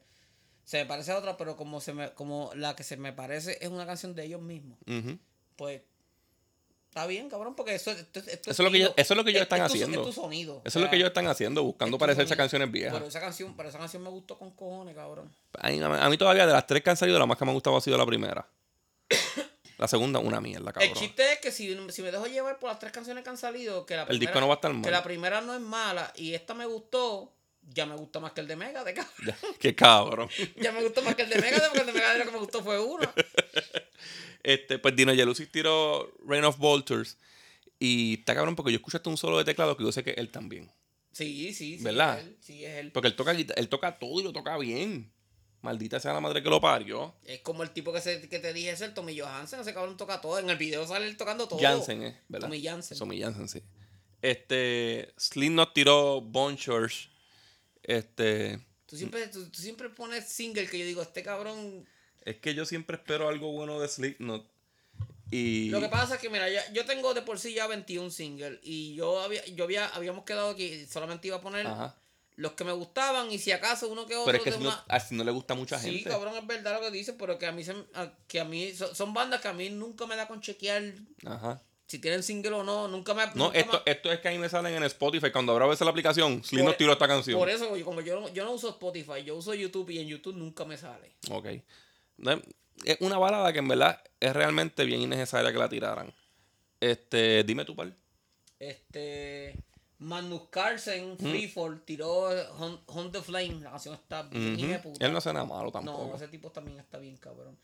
Speaker 3: Se me parece a otra, pero como se me, como la que se me parece es una canción de ellos mismos. Pues está bien, cabrón, porque eso, esto-
Speaker 2: Eso
Speaker 3: esto
Speaker 2: es lo que
Speaker 3: ellos-
Speaker 2: ellos- eso es lo que ellos
Speaker 3: es-
Speaker 2: están
Speaker 3: es tu-
Speaker 2: haciendo.
Speaker 3: Es tu sonido.
Speaker 2: Eso es lo que ellos están haciendo, buscando parecerse a canciones viejas.
Speaker 3: Pero esa canción, pero esa canción me gustó con cojones, cabrón.
Speaker 2: A mí, a mí todavía de las tres que han salido, la más que me ha gustado ha sido la primera. (coughs) la segunda, una mierda, cabrón.
Speaker 3: El chiste es que si, si me dejo llevar por las tres canciones que han salido, que la primera,
Speaker 2: disco no va a estar mal.
Speaker 3: Que la primera no es mala y esta me gustó, ya me gusta más que el de Mega, de cabrón.
Speaker 2: Ya, (laughs) Qué cabrón.
Speaker 3: Ya me gustó más que el de Megadeth porque el de Megadeth lo que me gustó fue uno.
Speaker 2: Este, pues Dino Jelusis tiró Rain of Vultures. Y está cabrón porque yo escucho hasta un solo de teclado que yo sé que él también.
Speaker 3: Sí, sí, sí.
Speaker 2: ¿Verdad?
Speaker 3: es él, sí, es él.
Speaker 2: Porque él toca, guita- él toca todo y lo toca bien. Maldita sea la madre que lo parió.
Speaker 3: Es como el tipo que, se, que te dije, es el Tommy Johansen. Ese cabrón toca todo. En el video sale él tocando todo.
Speaker 2: Jansen, ¿eh? ¿verdad?
Speaker 3: Tommy Jansen.
Speaker 2: Tommy Jansen, sí. Este, Slim nos tiró Bonchers. Este,
Speaker 3: Tú siempre, tú, tú siempre pones single que yo digo, este cabrón.
Speaker 2: es que yo siempre espero algo bueno de Slipknot. Y
Speaker 3: Lo que pasa es que, mira, ya- yo tengo de por sí ya 21 singles. Y yo había, yo había, habíamos quedado que solamente iba a poner
Speaker 2: Ajá.
Speaker 3: los que me gustaban. Y si acaso uno que otro.
Speaker 2: Pero es que
Speaker 3: de
Speaker 2: si no,
Speaker 3: una-
Speaker 2: así no le gusta a mucha
Speaker 3: Sí,
Speaker 2: gente.
Speaker 3: cabrón, es verdad lo que dices, pero que a mí, se, a- que a mí so- son bandas que a mí nunca me da con chequear
Speaker 2: Ajá.
Speaker 3: si tienen single o no, nunca me.
Speaker 2: No,
Speaker 3: nunca
Speaker 2: esto,
Speaker 3: me-
Speaker 2: esto es que ahí me salen en Spotify. Cuando abro a veces la aplicación, Slim nos tiró esta canción.
Speaker 3: Por eso, yo- como yo, no- yo no uso Spotify, yo uso YouTube y en YouTube nunca me sale.
Speaker 2: Ok. De- Es una balada que en verdad es realmente bien innecesaria que la tiraran. Este, dime tu par.
Speaker 3: Este. Magnus
Speaker 2: Mm.
Speaker 3: Carlsen, Freefall, tiró Hunt Hunt the Flame. La canción está bien
Speaker 2: Ujú.
Speaker 3: hijeputa.
Speaker 2: Él no hace nada malo tampoco.
Speaker 3: No, ese tipo también está bien cabrón.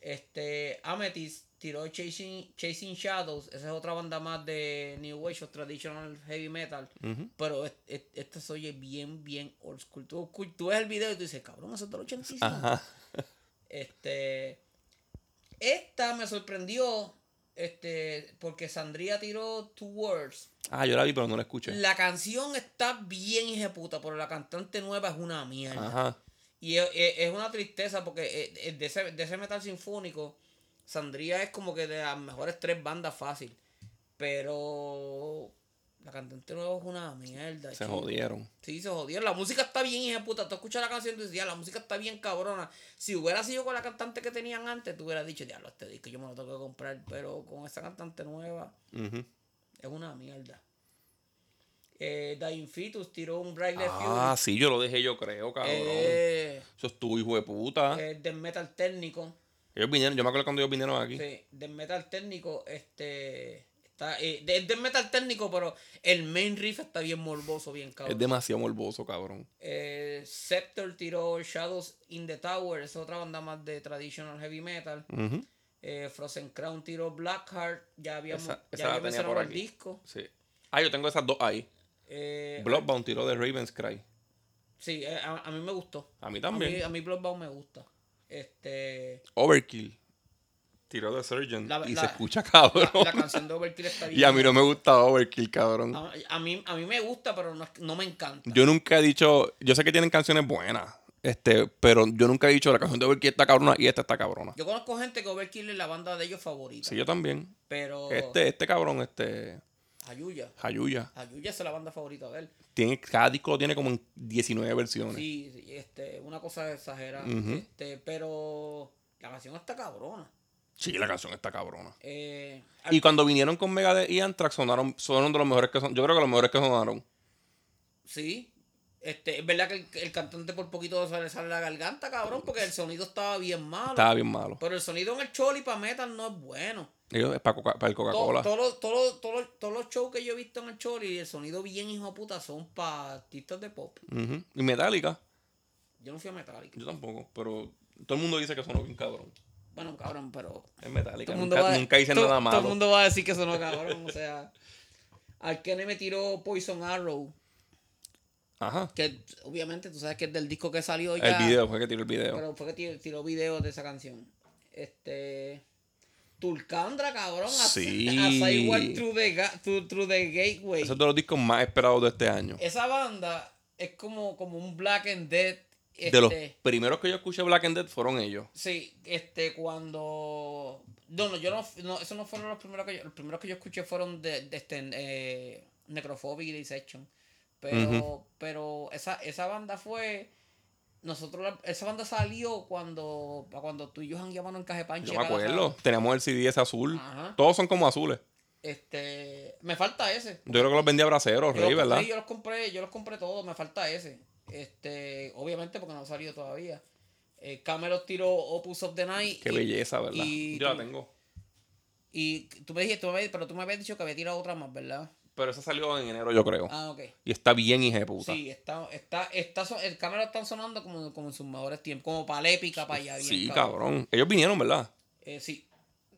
Speaker 3: Este, Amethyst tiró Chasing, Chasing Shadows. Esa es otra banda más de New Wave, o Traditional Heavy Metal.
Speaker 2: Ujú.
Speaker 3: Pero es- es- este se oye bien, bien old school. Tú, escu- tú ves el video y tú dices, cabrón, eso es del 85.
Speaker 2: Ajá.
Speaker 3: Este, esta me sorprendió este, porque Sandria tiró Two Words.
Speaker 2: Ah, yo la vi, pero no la escuché.
Speaker 3: La canción está bien ejeputa, pero la cantante nueva es una mierda.
Speaker 2: Ajá.
Speaker 3: Y es, es- es una tristeza porque eh, eh, de ese, de ese metal sinfónico, Sandría es como que de las mejores tres bandas fácil. Pero la cantante nueva es una mierda.
Speaker 2: Se
Speaker 3: chico.
Speaker 2: jodieron.
Speaker 3: Sí, se jodieron. La música está bien, hija de puta. Tú escuchas la canción y dices, "Ya, la música está bien cabrona. Si hubiera sido con la cantante que tenían antes, tú hubieras dicho, diablo, este disco yo me lo tengo que comprar. Pero con esa cantante nueva,
Speaker 2: Ujú.
Speaker 3: es una mierda. Eh, Dying Fetus tiró un Bright Light
Speaker 2: Ah, sí, yo lo dejé, yo creo,
Speaker 3: Fury.
Speaker 2: cabrón. Ah.
Speaker 3: Eh,
Speaker 2: Eso es tu hijo de puta.
Speaker 3: eh, Death metal técnico.
Speaker 2: Ellos vinieron, yo me acuerdo cuando ellos vinieron aquí.
Speaker 3: Sí, del metal técnico, este. Está, eh, de- es del metal técnico, pero el main riff está bien morboso, bien
Speaker 2: Es
Speaker 3: cabrón.
Speaker 2: demasiado morboso, cabrón.
Speaker 3: Eh, Scepter tiró Shadows in the Tower, esa es otra banda más de traditional heavy metal.
Speaker 2: Ujú.
Speaker 3: Eh, Frozen Crown tiró Blackheart, ya habíamos
Speaker 2: Esa- esa
Speaker 3: ya
Speaker 2: la tenía
Speaker 3: había mencionado
Speaker 2: por
Speaker 3: el
Speaker 2: aquí.
Speaker 3: disco.
Speaker 2: Sí. Ah, yo tengo esas dos ahí.
Speaker 3: Eh,
Speaker 2: Bloodbound tiró de Raven's Cry.
Speaker 3: sí, eh, a, a mí me gustó.
Speaker 2: A mí
Speaker 3: A mí,
Speaker 2: también.
Speaker 3: a mí Bloodbound me gusta.
Speaker 2: (laughs)
Speaker 3: Este,
Speaker 2: Overkill tiró de Surgeon.
Speaker 3: La-
Speaker 2: y
Speaker 3: la-
Speaker 2: se escucha, cabrón.
Speaker 3: la, la canción de Overkill está bien.
Speaker 2: Y a mí no me gusta Overkill, cabrón.
Speaker 3: a, a mí, a mí me gusta, pero no, es- no me encanta.
Speaker 2: Yo nunca he dicho. Yo sé que tienen canciones buenas. Este, pero yo nunca he dicho la canción de Overkill está cabrona y esta está cabrona.
Speaker 3: Yo conozco gente que Overkill es la banda de ellos favorita.
Speaker 2: Sí, yo también.
Speaker 3: Pero
Speaker 2: Este, este cabrón, este.
Speaker 3: Ayuya.
Speaker 2: Hayuya.
Speaker 3: Ayuya es la banda favorita de él.
Speaker 2: Tiene, cada disco lo tiene como en 19 versiones.
Speaker 3: Sí, sí, este, una cosa exagerada.
Speaker 2: Ujú.
Speaker 3: este, pero la canción está cabrona.
Speaker 2: Sí, la canción está cabrona.
Speaker 3: Eh,
Speaker 2: Y cuando vinieron con Megadeth y Anthrax sonaron, sonaron de los mejores que son. Yo creo que los mejores que sonaron.
Speaker 3: sí, este, es verdad que el, el cantante por poquito se le sale la garganta, cabrón, porque el sonido estaba bien malo.
Speaker 2: Estaba bien malo.
Speaker 3: Pero el sonido en el Choli para metal no es bueno.
Speaker 2: Ellos es para, el
Speaker 3: To-
Speaker 2: Coca-Cola.
Speaker 3: Todos los- todos los- todos los- todos los shows que yo he visto en el Choli, el sonido bien hijo de puta son para artistas de pop.
Speaker 2: Ujú. Y Metallica.
Speaker 3: Yo no fui a Metallica.
Speaker 2: Yo tampoco, pero todo el mundo dice que sonó bien cabrón.
Speaker 3: Bueno, cabrón, pero
Speaker 2: Es Metallica.
Speaker 3: Todo el mundo
Speaker 2: Nunca,
Speaker 3: va-
Speaker 2: nunca hice
Speaker 3: to-
Speaker 2: nada
Speaker 3: Todo el
Speaker 2: malo.
Speaker 3: mundo va a decir que eso no cabrón. o sea, al Kenny me tiró Poison Arrow.
Speaker 2: Ajá.
Speaker 3: Que obviamente tú sabes que es del disco que salió ya.
Speaker 2: El video, fue que tiró el video.
Speaker 3: Pero fue que tiró, tiró videos de esa canción. Este. Tulcandra, cabrón. as-
Speaker 2: Sí.
Speaker 3: as I walk through the, ga- through- through the Gateway.
Speaker 2: Esos son de los discos más esperados de este año.
Speaker 3: Esa banda es como, como un Black and Dead.
Speaker 2: De los
Speaker 3: este,
Speaker 2: primeros que yo escuché Black and Dead fueron ellos.
Speaker 3: Sí, este, cuando. No, no, yo no, no. Esos no fueron los primeros que yo. Los primeros que yo escuché fueron de, de este, eh, Necrophobic y Dissection. Pero, pero esa, esa banda fue. Nosotros, la- esa banda salió cuando, pa' cuando tú y yo jangueábamos en Caje Panche.
Speaker 2: Yo me
Speaker 3: cada
Speaker 2: acuerdo.
Speaker 3: sábado.
Speaker 2: Teníamos el CD ese azul.
Speaker 3: Ajá.
Speaker 2: Todos son como azules.
Speaker 3: Este, me falta ese.
Speaker 2: Yo creo que los vendía a Bracero,
Speaker 3: Yo los
Speaker 2: Rey,
Speaker 3: compré,
Speaker 2: ¿verdad?
Speaker 3: yo los compré, yo los compré todos, me falta ese. Este, obviamente porque no ha salido todavía. Eh, Camelot tiró Opus of the Night.
Speaker 2: Qué
Speaker 3: y-
Speaker 2: belleza, ¿verdad?
Speaker 3: y
Speaker 2: Yo la
Speaker 3: tú-
Speaker 2: tengo.
Speaker 3: Y tú me dijiste, tú me habías- pero tú me habías dicho que había tirado otra más, ¿verdad?
Speaker 2: Pero esa salió en enero, yo creo.
Speaker 3: Ah, ok.
Speaker 2: Y está bien, hija de puta.
Speaker 3: Sí, está, está, está, son- el cámara están sonando como, como en sus mejores tiempos, como para épica, para allá. bien,
Speaker 2: Sí, cabrón. Ellos vinieron, ¿verdad?
Speaker 3: Eh, sí,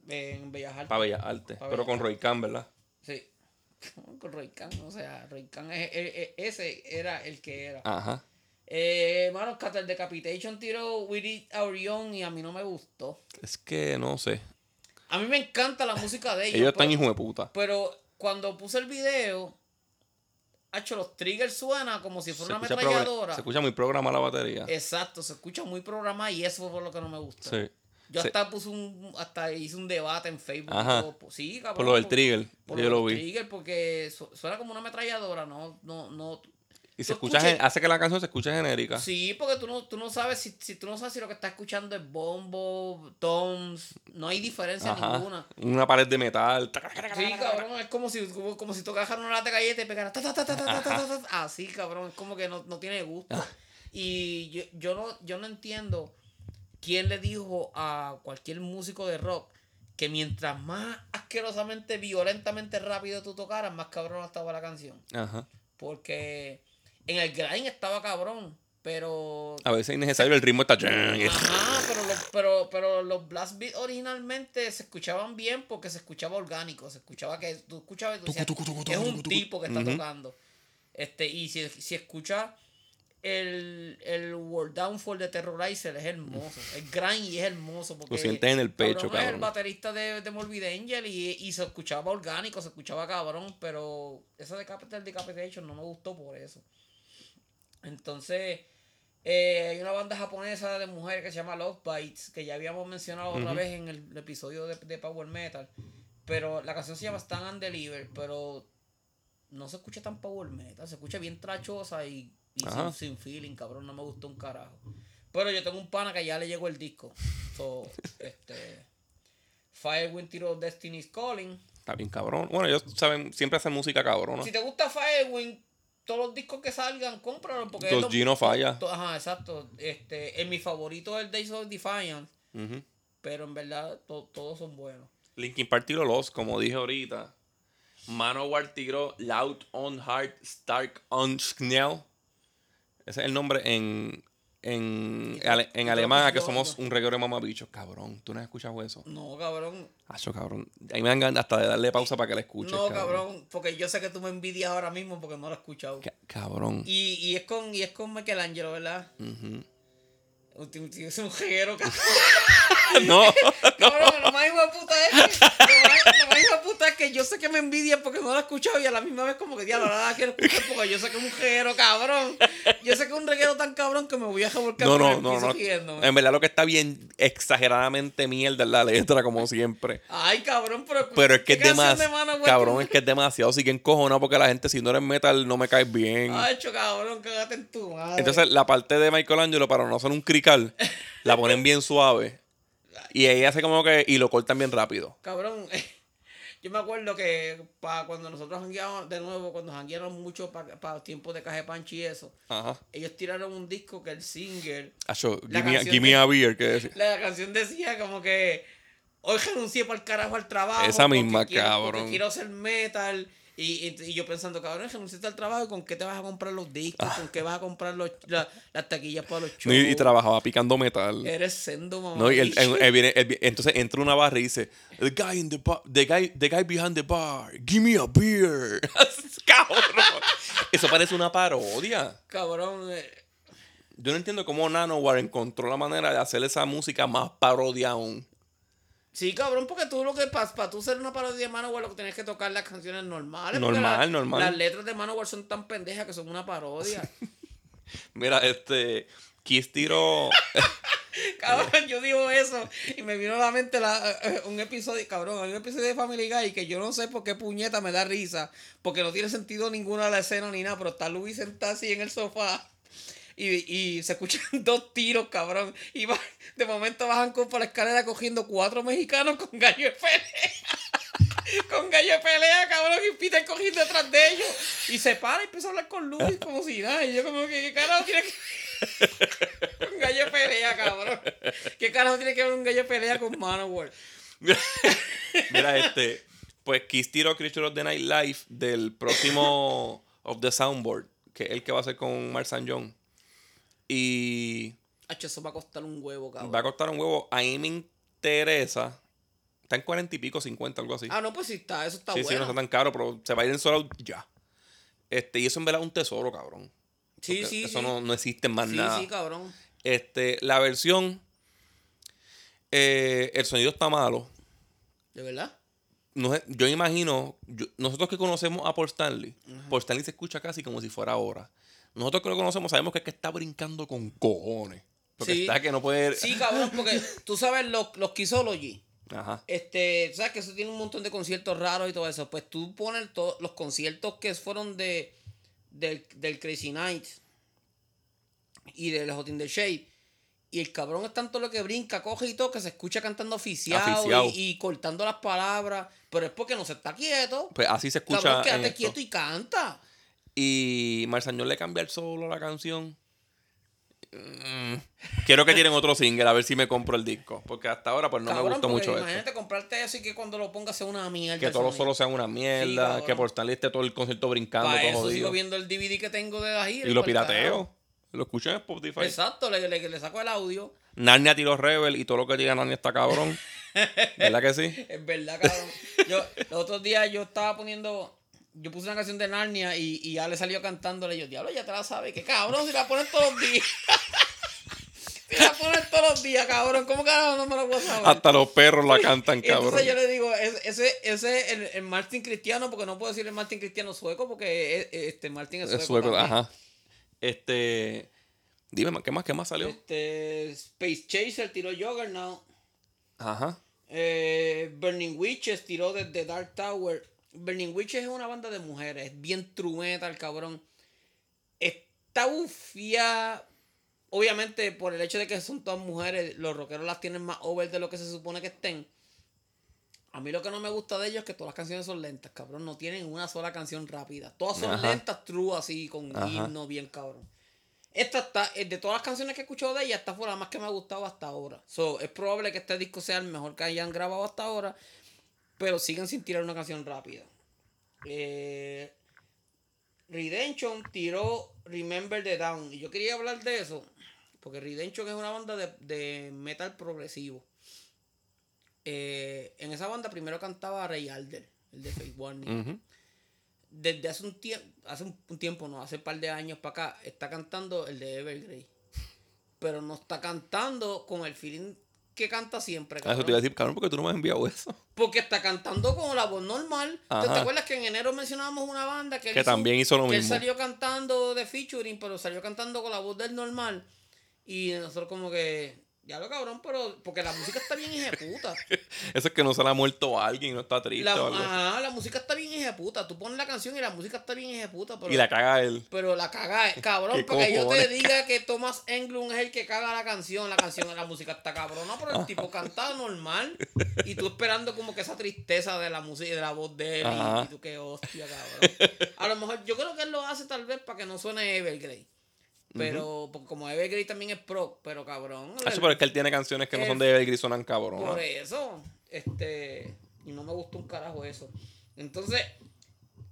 Speaker 3: en Bellas Artes.
Speaker 2: Para Bellas Artes.
Speaker 3: Pa'
Speaker 2: Pero
Speaker 3: Bellas
Speaker 2: con Roy Khan, ¿verdad?
Speaker 3: Sí. (laughs) Con Roy Khan, o sea, Roy Khan, es- es- es- ese era el que era.
Speaker 2: Ajá.
Speaker 3: Eh, hermano, Catal Decapitation tiró We Did Our Young y a mí no me gustó.
Speaker 2: Es que no sé.
Speaker 3: A mí me encanta la música de ellos. pues.
Speaker 2: Ellos están
Speaker 3: pero-
Speaker 2: hijo de puta.
Speaker 3: Pero cuando puse el video, hecho los triggers suenan como si fuera una
Speaker 2: escucha progre-
Speaker 3: ametralladora.
Speaker 2: se escucha muy programada la batería.
Speaker 3: Exacto, se escucha muy programada y eso fue lo que no me gusta.
Speaker 2: Sí.
Speaker 3: Yo
Speaker 2: Sí.
Speaker 3: hasta puse un, hasta hice un debate en Facebook.
Speaker 2: Ajá.
Speaker 3: Yo, pues, sí, cabrón,
Speaker 2: Por lo del
Speaker 3: porque-
Speaker 2: trigger.
Speaker 3: por
Speaker 2: yo
Speaker 3: lo
Speaker 2: lo
Speaker 3: del
Speaker 2: vi.
Speaker 3: trigger, porque su- suena como una ametralladora, no, no, no.
Speaker 2: Y
Speaker 3: Yo
Speaker 2: se escucha,
Speaker 3: escuché-
Speaker 2: gen- hace que la canción se escuche genérica.
Speaker 3: Sí, porque tú no, tú no sabes si, si tú no sabes si lo que estás escuchando es bombo, toms, no hay diferencia
Speaker 2: Ajá.
Speaker 3: ninguna.
Speaker 2: Una pared de metal.
Speaker 3: Sí, cabrón, es como si, como, como si tocaras una lata de galleta y pegaras ta, ta, ta, ta, ta, ta, ta, ta, ta. así, cabrón, es como que no, no tiene gusto. Y yo, yo no, yo no entiendo quién le dijo a cualquier músico de rock que mientras más asquerosamente, violentamente rápido tú tocaras, más cabrón estaba la canción.
Speaker 2: Ajá.
Speaker 3: Porque en el grind estaba cabrón, pero
Speaker 2: A veces es innecesario, el ritmo está.
Speaker 3: Ajá, pero los, pero, pero los blast beats originalmente se escuchaban bien porque se escuchaba orgánico, se escuchaba que tú escuchabas y tú decías, es un tipo que está
Speaker 2: Ujú.
Speaker 3: tocando. Este, y si, si escuchas el, el World Downfall de Terrorizer es hermoso, es gran y es hermoso porque
Speaker 2: Lo sientes en el pecho,
Speaker 3: es el
Speaker 2: cabrón.
Speaker 3: baterista de, de Morbid Angel y, y se escuchaba orgánico, se escuchaba cabrón, pero esa de Capital Decapitation no me gustó por eso. Entonces, eh, hay una banda japonesa de mujeres que se llama Love Bites, que ya habíamos mencionado otra vez en el, el episodio de, de Power Metal. Pero la canción se llama Stand and Deliver, pero no se escucha tan Power Metal, se escucha bien trachosa y, y
Speaker 2: Ajá.
Speaker 3: sin, sin feeling, cabrón, no me gustó un carajo. Pero yo tengo un pana que ya le llegó el disco. So, este, Fire Winter of Destiny's Calling.
Speaker 2: Está bien, cabrón. Bueno, ellos saben, siempre hacen música cabrona.
Speaker 3: Si te gusta Firewind, todos los discos que salgan, cómpralos. Porque es
Speaker 2: Los
Speaker 3: lo-
Speaker 2: G no falla.
Speaker 3: to- Ajá, exacto. Este, en mi favorito es el Days of Defiance,
Speaker 2: Ujú.
Speaker 3: pero en verdad to- todos son buenos.
Speaker 2: Linkin Park tiró Lost, como dije ahorita. Manowar tiró Loud on Heart, Stark on Schnell. Ese es el nombre en, en, ale- en
Speaker 3: y
Speaker 2: alemán,
Speaker 3: creo
Speaker 2: a
Speaker 3: que
Speaker 2: que
Speaker 3: yo-
Speaker 2: somos un reguero de mamabichos. Cabrón, tú no has escuchado eso.
Speaker 3: No, cabrón.
Speaker 2: Hacho, cabrón. Ahí me dan ganas hasta de darle pausa para que la escuches.
Speaker 3: no, cabrón, porque yo sé que tú me envidias ahora mismo porque no lo he escuchado.
Speaker 2: Ca- Cabrón.
Speaker 3: Y, y es con y es con Michelangelo, ¿verdad?
Speaker 2: Ujú.
Speaker 3: Un tío- tío- Es
Speaker 2: (laughs)
Speaker 3: un jeguero, cabrón.
Speaker 2: (laughs)
Speaker 3: (laughs)
Speaker 2: no,
Speaker 3: Cabrón, lo más hijo de puta es que, lo más, lo más hijo de puta es que yo sé que me envidian porque no lo he escuchado y a la misma vez como que diablo, ahora la quiero escuchar porque yo sé que es un reguero, cabrón. Yo sé que es un reguero tan cabrón que me voy a revolcar
Speaker 2: no,
Speaker 3: por
Speaker 2: no,
Speaker 3: el
Speaker 2: no,
Speaker 3: piso
Speaker 2: no.
Speaker 3: riéndome.
Speaker 2: En verdad lo que está bien exageradamente mierda es la letra, como siempre.
Speaker 3: Ay, cabrón, pero
Speaker 2: Pero es que es
Speaker 3: ¿qué canción de
Speaker 2: demasiado.
Speaker 3: Manowar
Speaker 2: cabrón,
Speaker 3: tú-
Speaker 2: es que es demasiado. Sigue encojonado porque la gente, si no eres metal, no me caes bien.
Speaker 3: Ay, cho, cabrón, cágate en tu madre.
Speaker 2: Entonces, la parte de Michelangelo, para no hacer un crical, la ponen bien
Speaker 3: (laughs)
Speaker 2: suave. Y ahí hace como que. Y lo cortan bien rápido.
Speaker 3: Cabrón, (laughs) yo me acuerdo que para cuando nosotros jangueábamos, de nuevo, cuando janguearon mucho para tiempos de Caje Panchi y eso,
Speaker 2: Ajá.
Speaker 3: ellos tiraron un disco que el single,
Speaker 2: Acho,
Speaker 3: La
Speaker 2: give, me, a-
Speaker 3: canción
Speaker 2: give me
Speaker 3: de-
Speaker 2: a beer, que decía.
Speaker 3: la canción decía como que hoy renuncié para el carajo al trabajo.
Speaker 2: Esa misma,
Speaker 3: porque quiero- porque
Speaker 2: cabrón.
Speaker 3: quiero hacer metal. Y, y- y yo pensando, cabrón, renunciaste al trabajo, ¿con qué te vas a comprar los discos? ¿Con qué vas a comprar los, la- las taquillas para los
Speaker 2: Ah. No,
Speaker 3: shows?
Speaker 2: Y, y trabajaba picando metal.
Speaker 3: Eres sendo, mamá.
Speaker 2: Pues, No, y él- él- él viene- él vi- entonces entra una barra y dice, the guy in the bar, the guy, the guy behind the bar, give me a beer. (laughs) Cabrón. Eso parece una parodia.
Speaker 3: Cabrón, eh,
Speaker 2: Yo no entiendo cómo Nanowar encontró la manera de hacer esa música más parodia aún.
Speaker 3: Sí, cabrón, porque tú lo que pasa, para tú ser una parodia de Manowar, lo que tienes que tocar las canciones normales. porque
Speaker 2: Normal,
Speaker 3: la-
Speaker 2: normal.
Speaker 3: Las letras de Manowar son tan pendejas que son
Speaker 2: (laughs)
Speaker 3: una parodia.
Speaker 2: Mira, este Kiss tiró (laughs)
Speaker 3: (laughs) cabrón, yo digo eso y me vino a la mente la- eh, eh, un episodio, cabrón, hay un episodio de Family Guy que yo no sé por qué puñeta me da risa, porque no tiene sentido ninguna la escena ni nada, pero está Luis sentado así en el sofá. Y, y se escuchan (laughs) dos tiros, cabrón. Y va- de momento bajan con- por la escalera cogiendo cuatro mexicanos con gallo de pelea. (laughs) con gallo de pelea, cabrón. Y Peter cogiendo detrás de ellos. Y se para y empieza a hablar con Luis como si nada. Y yo como que, ¿qué carajo tiene que un gallo de pelea, cabrón. ¿Qué carajo tiene que ver un gallo de pelea con Manowar?
Speaker 2: Mira, este pues Kiss tiró Creature of the Night Live del próximo of the Soundboard, que es el que va a hacer con Mark St. John. Y
Speaker 3: Hacho, eso va a costar un huevo, cabrón.
Speaker 2: Va a costar un huevo. A mí me interesa. Está en 40 y pico, 50, algo así.
Speaker 3: Ah, no, pues sí está, eso está
Speaker 2: sí, sí, no
Speaker 3: bueno.
Speaker 2: está tan caro, pero se va a ir en solo ya. Este, y eso en verdad es un tesoro, cabrón.
Speaker 3: sí,
Speaker 2: Porque
Speaker 3: sí,
Speaker 2: Eso
Speaker 3: sí.
Speaker 2: No, no existe en más
Speaker 3: sí,
Speaker 2: nada.
Speaker 3: sí, cabrón.
Speaker 2: este, la versión. eh, el sonido está malo.
Speaker 3: ¿De verdad?
Speaker 2: No sé, yo imagino, yo- nosotros que conocemos a Paul Stanley, Paul Stanley se escucha casi como si fuera ahora. Nosotros que lo conocemos sabemos que es que está brincando con cojones. Porque
Speaker 3: Sí.
Speaker 2: está que no puede.
Speaker 3: Sí, cabrón, porque tú sabes los, los Kissology.
Speaker 2: Ajá.
Speaker 3: Este, sabes que eso tiene un montón de conciertos raros y todo eso. Pues tú pones todos los conciertos que fueron de, del, del Crazy Nights y del Hot in the Shade. Y el cabrón es tanto lo que brinca, coge y todo, que se escucha cantando
Speaker 2: Aficiado.
Speaker 3: oficial y, y cortando las palabras. Pero es porque no se está quieto.
Speaker 2: Pues así se escucha.
Speaker 3: cabrón,
Speaker 2: en
Speaker 3: quédate
Speaker 2: esto.
Speaker 3: quieto y canta.
Speaker 2: Y Marzañón le cambia el solo a la canción. Mm, Quiero que tienen otro single, a ver si me compro el disco. Porque hasta ahora pues no
Speaker 3: Cabrón,
Speaker 2: me gustó
Speaker 3: porque
Speaker 2: mucho
Speaker 3: imagínate
Speaker 2: esto.
Speaker 3: comprarte eso y que cuando lo pongas sea una mierda.
Speaker 2: Que
Speaker 3: ese
Speaker 2: todos los
Speaker 3: sonido.
Speaker 2: solos sean una mierda.
Speaker 3: cabrón.
Speaker 2: que por estar listo todo el concierto brincando,
Speaker 3: Para
Speaker 2: todo
Speaker 3: eso
Speaker 2: jodido.
Speaker 3: sigo viendo el DVD que tengo de la gira.
Speaker 2: Y lo
Speaker 3: pa'l carajo.
Speaker 2: pirateo. Lo escucho en Spotify.
Speaker 3: Exacto, le, le- le saco el audio.
Speaker 2: Narnia tiró Rebel y todo lo que diga Narnia está
Speaker 3: (laughs)
Speaker 2: cabrón. ¿Verdad que sí?
Speaker 3: Es verdad, cabrón. Yo, los otros días yo estaba poniendo. Yo puse una canción de Narnia y, y ya le salió cantándole. Yo, diablo, ya te la sabes. Que cabrón, si la pones todos los días. (laughs) si la pones todos los días, cabrón. ¿Cómo carajo no me la voy a saber?
Speaker 2: Hasta los perros la cantan,
Speaker 3: Y entonces
Speaker 2: Ah, cabrón.
Speaker 3: yo le digo, es- ese, ese es el, el Martin cristiano, porque no puedo decir el Martin cristiano sueco, porque es- este Martin es sueco.
Speaker 2: Es sueco,
Speaker 3: también.
Speaker 2: ajá. Este. Dime, ¿qué más? ¿Qué más salió?
Speaker 3: Este, Space Chaser tiró Juggernaut.
Speaker 2: Ajá.
Speaker 3: Eh, Burning Witches tiró desde Dark Tower. Burning Witches es una banda de mujeres, bien true metal, cabrón. Está bufía. Obviamente, por el hecho de que son todas mujeres, los rockeros las tienen más over de lo que se supone que estén. A mí lo que no me gusta de ellos es que todas las canciones son lentas, cabrón. No tienen una sola canción rápida. Todas son
Speaker 2: Ajá.
Speaker 3: lentas, true, así, con
Speaker 2: Ajá.
Speaker 3: himno, bien cabrón. Esta está, eh, de todas las canciones que he escuchado de ella, esta fue la más que me ha gustado hasta ahora. So, es probable que este disco sea el mejor que hayan grabado hasta ahora, pero siguen sin tirar una canción rápida. Eh, Redemption tiró Remember the Down. Y yo quería hablar de eso, porque Redemption es una banda de, de metal progresivo. Eh, en esa banda primero cantaba Ray Alder, el de Fake Warning
Speaker 2: Ujú.
Speaker 3: desde hace un tiempo, hace un, un tiempo, no, hace un par de años para acá, está cantando el de Evergrey. Pero no está cantando con el feeling que canta
Speaker 2: Ah,
Speaker 3: siempre.
Speaker 2: Eso
Speaker 3: cabrón.
Speaker 2: te iba a decir, cabrón, porque tú no me has enviado eso.
Speaker 3: Porque está cantando con la voz normal. ¿Te- ¿Te
Speaker 2: Ajá.
Speaker 3: acuerdas que en enero mencionábamos una banda que, él
Speaker 2: Que también hizo lo
Speaker 3: que él
Speaker 2: mismo.
Speaker 3: salió cantando de featuring, pero salió cantando con la voz del normal. Y nosotros como que, ya lo cabrón, pero porque la música está
Speaker 2: (laughs)
Speaker 3: bien ejecuta.
Speaker 2: Eso es que no se le ha muerto a alguien, no está triste
Speaker 3: la,
Speaker 2: o algo.
Speaker 3: ajá, la música está bien ejecuta. Tú pones la canción y la música está bien ejecuta. Pero
Speaker 2: Y la caga él.
Speaker 3: Pero la caga,
Speaker 2: (laughs)
Speaker 3: eh, cabrón,
Speaker 2: ¿Qué
Speaker 3: porque yo te
Speaker 2: cojones?
Speaker 3: diga que Thomas Englund es el que caga la canción, la canción, la música está cabrona, pero el tipo canta normal y tú esperando como que esa tristeza de la música, de la voz de él y- y,
Speaker 2: Ajá.
Speaker 3: tú qué hostia, cabrón. A lo mejor yo creo que él lo hace tal vez para que no suene Evergrey. Pero porque como Evergrey también es pro, pero cabrón.
Speaker 2: Ah,
Speaker 3: el-
Speaker 2: pero es que él tiene canciones que no son de Evergreen, sonan cabrón.
Speaker 3: por e. eso, este, y no me gustó un carajo eso. Entonces,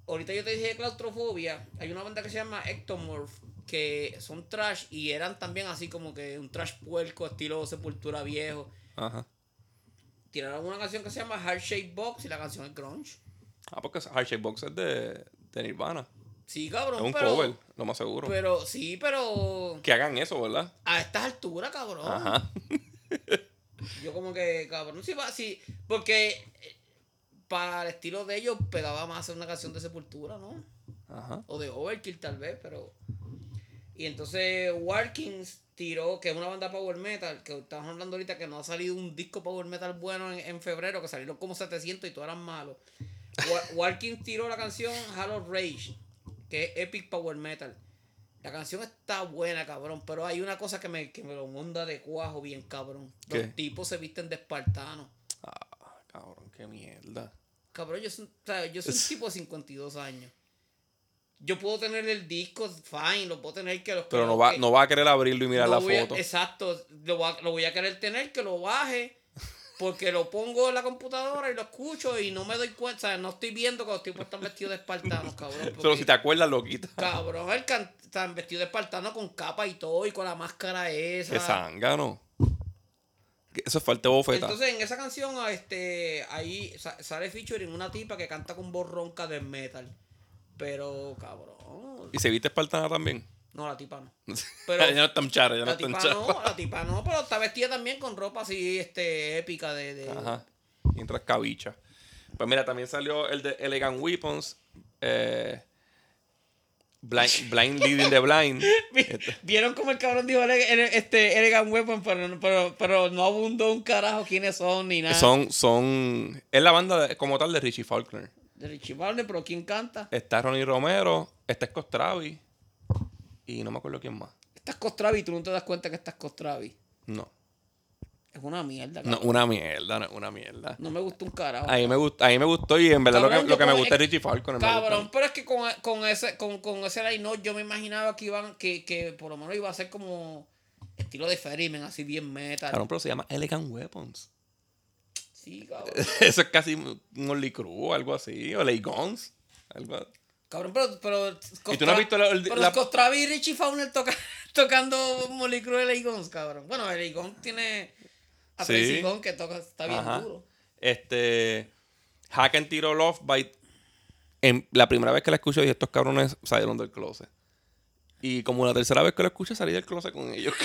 Speaker 3: ahorita yo te dije de claustrofobia, hay una banda que se llama Ectomorph, que son trash y eran también así como que un trash puerco, estilo sepultura viejo.
Speaker 2: Ajá.
Speaker 3: Tiraron una canción que se llama Heart Shape Box y la canción es grunge.
Speaker 2: Ah, porque Hard Shape Box es de, de Nirvana.
Speaker 3: Sí,
Speaker 2: Es
Speaker 3: cabrón,
Speaker 2: un
Speaker 3: pero,
Speaker 2: cover, lo más seguro.
Speaker 3: pero sí, pero
Speaker 2: Que hagan eso, ¿verdad?
Speaker 3: a estas alturas, cabrón.
Speaker 2: Ajá.
Speaker 3: Yo como que, cabrón, sí va, sí, porque eh, para el estilo de ellos pegaba más hacer una canción de sepultura, ¿no?
Speaker 2: Ajá.
Speaker 3: o de Overkill tal vez, pero... Y entonces Warkins tiró, que es una banda power metal, que estamos hablando ahorita que no ha salido un disco power metal bueno en, en febrero, que salieron como 700 y todos eran malos. Wa- (laughs) Warkins tiró la canción Halo Rage, que es epic power metal. La canción está buena, cabrón, pero hay una cosa que me, que me lo monda de cuajo bien, cabrón. Los
Speaker 2: ¿Qué?
Speaker 3: tipos se visten de espartano.
Speaker 2: Ah, cabrón, qué mierda.
Speaker 3: Cabrón, yo soy, un- o sea, yo soy un tipo de 52 años. Yo puedo tener el disco, fine, lo puedo tener que los
Speaker 2: Pero no va, no va a querer abrirlo y mirar la
Speaker 3: voy a-
Speaker 2: foto.
Speaker 3: exacto, lo, va- lo voy a querer tener que lo baje porque lo pongo en la computadora y lo escucho y no me doy cuenta, o sea, no estoy viendo que los tipos están vestidos de espartanos, cabrón.
Speaker 2: Pero
Speaker 3: porque-
Speaker 2: si te acuerdas, lo quita.
Speaker 3: Cabrón, el can- están vestidos de espartano con capa y todo y con la máscara esa.
Speaker 2: Qué zángano. Que Eso es falta de bofeta.
Speaker 3: Entonces en esa canción ah, este, ahí sa- sale featuring una tipa que canta con voz ronca de metal. Pero cabrón.
Speaker 2: y se viste espartana también.
Speaker 3: No, la tipa no. Pero-
Speaker 2: Pero, (laughs) ya no está en chara, ya no
Speaker 3: La
Speaker 2: está en
Speaker 3: tipa
Speaker 2: chara.
Speaker 3: no, la tipa no, pero está vestida también con ropa así este, épica de... de-
Speaker 2: Ajá. Mientras cabicha. Pues mira, también salió el de Elegant Weapons. eh,
Speaker 3: (laughs)
Speaker 2: blind, blind Leading the Blind.
Speaker 3: Vi- Vieron como el cabrón dijo ele- ele- este, Elegant Weapon, pero, no- pero, pero no abundó un carajo quiénes son ni nada.
Speaker 2: Este, Son, son. Es la banda de- como tal de Richie Faulkner.
Speaker 3: De Richie Valde, pero ¿quién canta?
Speaker 2: Está Ronnie Romero. Está Scott Travis. Y no me acuerdo quién más.
Speaker 3: Estás costravi y tú no te das cuenta que estás costravi.
Speaker 2: No.
Speaker 3: Es una mierda,
Speaker 2: No,
Speaker 3: cabrón.
Speaker 2: una mierda, no, una mierda.
Speaker 3: No me gusta un carajo.
Speaker 2: A mí me gustó, a mí me gustó y en verdad lo
Speaker 3: Cabrón,
Speaker 2: que,
Speaker 3: yo
Speaker 2: lo que me
Speaker 3: con-
Speaker 2: gusta es
Speaker 3: eh,
Speaker 2: Richie Falcon. me
Speaker 3: Cabrón,
Speaker 2: gusta.
Speaker 3: pero es que con, con ese, con, con ese line up yo me imaginaba que iban, que, que por lo menos iba a ser como estilo de Ferryman, así bien metal.
Speaker 2: Cabrón, pero se llama Elegant Weapons. (laughs)
Speaker 3: Sí, cabrón.
Speaker 2: Eso es casi un Only Crew, algo así. O Lay Guns. Algo...
Speaker 3: Cabrón, pero. pero
Speaker 2: ¿Y tú no has visto la- el-
Speaker 3: pero
Speaker 2: la-
Speaker 3: Costravi y Richie Fauner toca- (laughs) tocando Molly Cruz de Leigons, cabrón. Bueno, el Leigons tiene. A
Speaker 2: Sí.
Speaker 3: Tracy Gunn que toca, está bien
Speaker 2: Ajá.
Speaker 3: duro.
Speaker 2: Este. Hack and Tiro Love by. En, la primera vez que la escuché, dije, estos cabrones salieron del closet. Y como la tercera vez que la escuché, salí del closet con ellos. (laughs)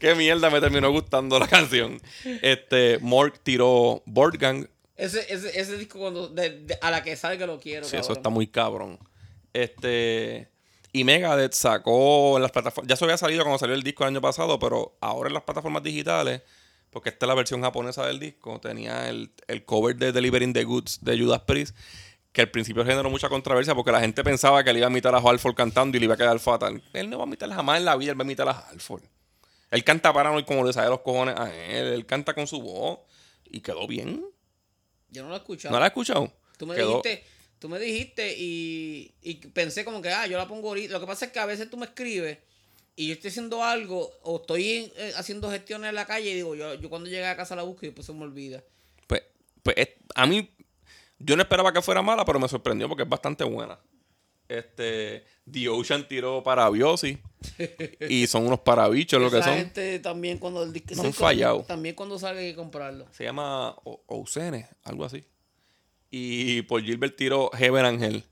Speaker 2: Qué mierda, me terminó gustando la canción. Este, Mork tiró Board Gang.
Speaker 3: Ese, ese, ese disco cuando de- de- a la que salga lo quiero.
Speaker 2: Sí, eso
Speaker 3: cabrón.
Speaker 2: está muy cabrón. Este. Y Megadeth sacó en las plataformas. Ya se había salido cuando salió el disco el año pasado, pero ahora en las plataformas digitales, porque esta es la versión japonesa del disco, tenía el, el cover de Delivering the Goods de Judas Priest, que al principio generó mucha controversia porque la gente pensaba que le iba a imitar a Halford cantando y le iba a quedar fatal. Él no va a imitar jamás en la vida, él va a imitar a Halford. Él canta paranoid como le sale los cojones a él, él canta con su voz y quedó bien.
Speaker 3: Yo no lo he escuchado.
Speaker 2: ¿No la has escuchado?
Speaker 3: Tú me
Speaker 2: Quedó-
Speaker 3: dijiste, tú me dijiste y, y pensé como que, ah, yo la pongo ahorita. Lo que pasa es que a veces tú me escribes y yo estoy haciendo algo o estoy eh, haciendo gestiones en la calle y digo, yo, yo cuando llegué a casa la busco y después se me olvida.
Speaker 2: Pues, pues es- a mí, yo no esperaba que fuera mala, pero me sorprendió porque es bastante buena. Este, The Ocean tiró para Biosi y son unos parabichos lo que
Speaker 3: Esa
Speaker 2: son.
Speaker 3: gente también cuando el disco
Speaker 2: No han fallado.
Speaker 3: También cuando sale hay que comprarlo.
Speaker 2: Se llama O- Ousene, algo así. Y por Gilbert tiró Heaven Angel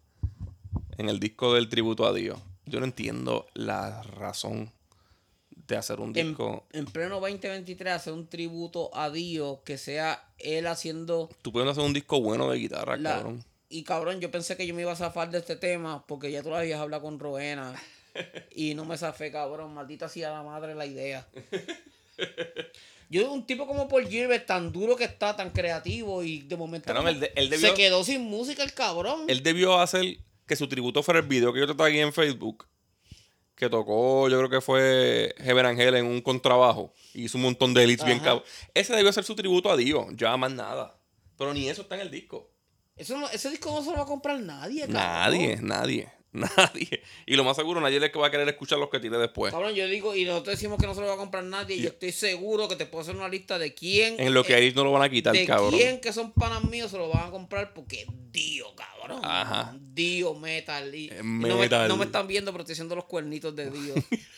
Speaker 2: en el disco del tributo a Dios. Yo no entiendo la razón de hacer un
Speaker 3: En,
Speaker 2: disco.
Speaker 3: en pleno 2023 hacer un tributo a Dios que sea él haciendo
Speaker 2: Tú puedes hacer un disco bueno de guitarra,
Speaker 3: la-
Speaker 2: Ah, cabrón.
Speaker 3: Y cabrón, yo pensé que yo me iba a zafar de este tema porque ya tú lo habías hablado
Speaker 2: (laughs)
Speaker 3: con Roena. y no me zafé, cabrón. Maldita sea la madre la idea. Yo, un tipo como Paul Gilbert, tan duro que está, tan creativo y de momento
Speaker 2: Cabrón,
Speaker 3: como-
Speaker 2: él de- él
Speaker 3: se
Speaker 2: debió-
Speaker 3: quedó sin música el cabrón.
Speaker 2: él debió hacer que su tributo fuera el video que yo te tragué en Facebook. Que tocó, yo creo que fue Heber Angel en un contrabajo. y Hizo un montón de hits bien
Speaker 3: Ajá.
Speaker 2: cabrón. Ese debió ser su tributo a Dios. Ya más nada. Pero ni eso está en el disco.
Speaker 3: Eso no- ese disco no se lo va a comprar nadie, cabrón.
Speaker 2: Nadie, nadie, (laughs) nadie. Y lo más seguro, nadie le va a querer escuchar los que tire después.
Speaker 3: Cabrón, yo digo, y nosotros decimos que no se lo va a comprar nadie. Yo
Speaker 2: Yo-
Speaker 3: estoy seguro que te puedo hacer una lista de quién.
Speaker 2: En lo que ahí no lo van a quitar,
Speaker 3: de
Speaker 2: cabrón.
Speaker 3: quién que son panas míos se lo van a comprar porque Dio, cabrón.
Speaker 2: Ajá.
Speaker 3: Dio metal. y-
Speaker 2: Eh,
Speaker 3: y No, me,
Speaker 2: metal.
Speaker 3: no me están viendo, pero estoy haciendo los cuernitos
Speaker 2: (laughs)
Speaker 3: de Dio. (laughs)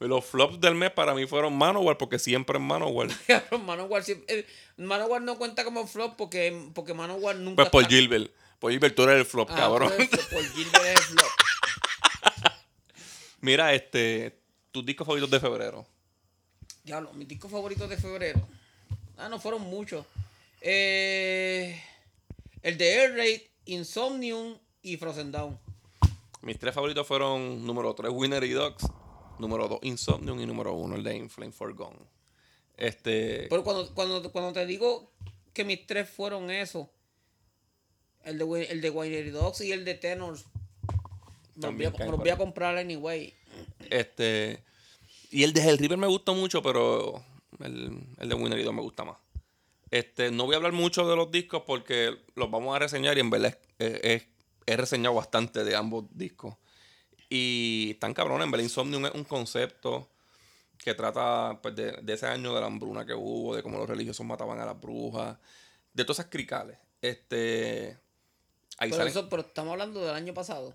Speaker 2: Los flops del mes para mí fueron Manowar, porque siempre es Manowar.
Speaker 3: Cabrón, Manowar, sí- eh, Manowar no cuenta como flop porque, porque Manowar nunca.
Speaker 2: Pues
Speaker 3: (laughs)
Speaker 2: por
Speaker 3: está-
Speaker 2: Gilbert. Por Gilbert, tú eres el flop,
Speaker 3: Ah,
Speaker 2: cabrón.
Speaker 3: pues, por Gilbert es flop.
Speaker 2: (laughs) Mira, este, tus discos favoritos de febrero.
Speaker 3: Diablo, mis discos favoritos de febrero. Ah, no fueron muchos. Eh, el de Air Raid, Insomnium y Frozen Down.
Speaker 2: Mis tres favoritos fueron número 3, Winner y Dogs, número 2, Insomnium y número 1, el de Inflame for Gone. Este,
Speaker 3: Pero cuando, cuando, cuando te digo que mis tres fueron eso, el de, Win- el de Winery Dogs y el de Tenors, me los voy a,
Speaker 2: También caen
Speaker 3: me los
Speaker 2: por
Speaker 3: voy a
Speaker 2: ahí.
Speaker 3: comprar anyway.
Speaker 2: este, y el de Hell River me gustó mucho, pero el, el de Winner y Dogs me gusta más. Este, no voy a hablar mucho de los discos porque los vamos a reseñar y en verdad es- es- es- he reseñado bastante de ambos discos. Y están cabrones, en verdad Insomnium es un concepto que trata pues, de, de ese año de la hambruna que hubo, de cómo los religiosos mataban a las brujas, de todas esas cricales. Este, ahí
Speaker 3: Pero,
Speaker 2: sale-
Speaker 3: eso, pero estamos hablando del año pasado.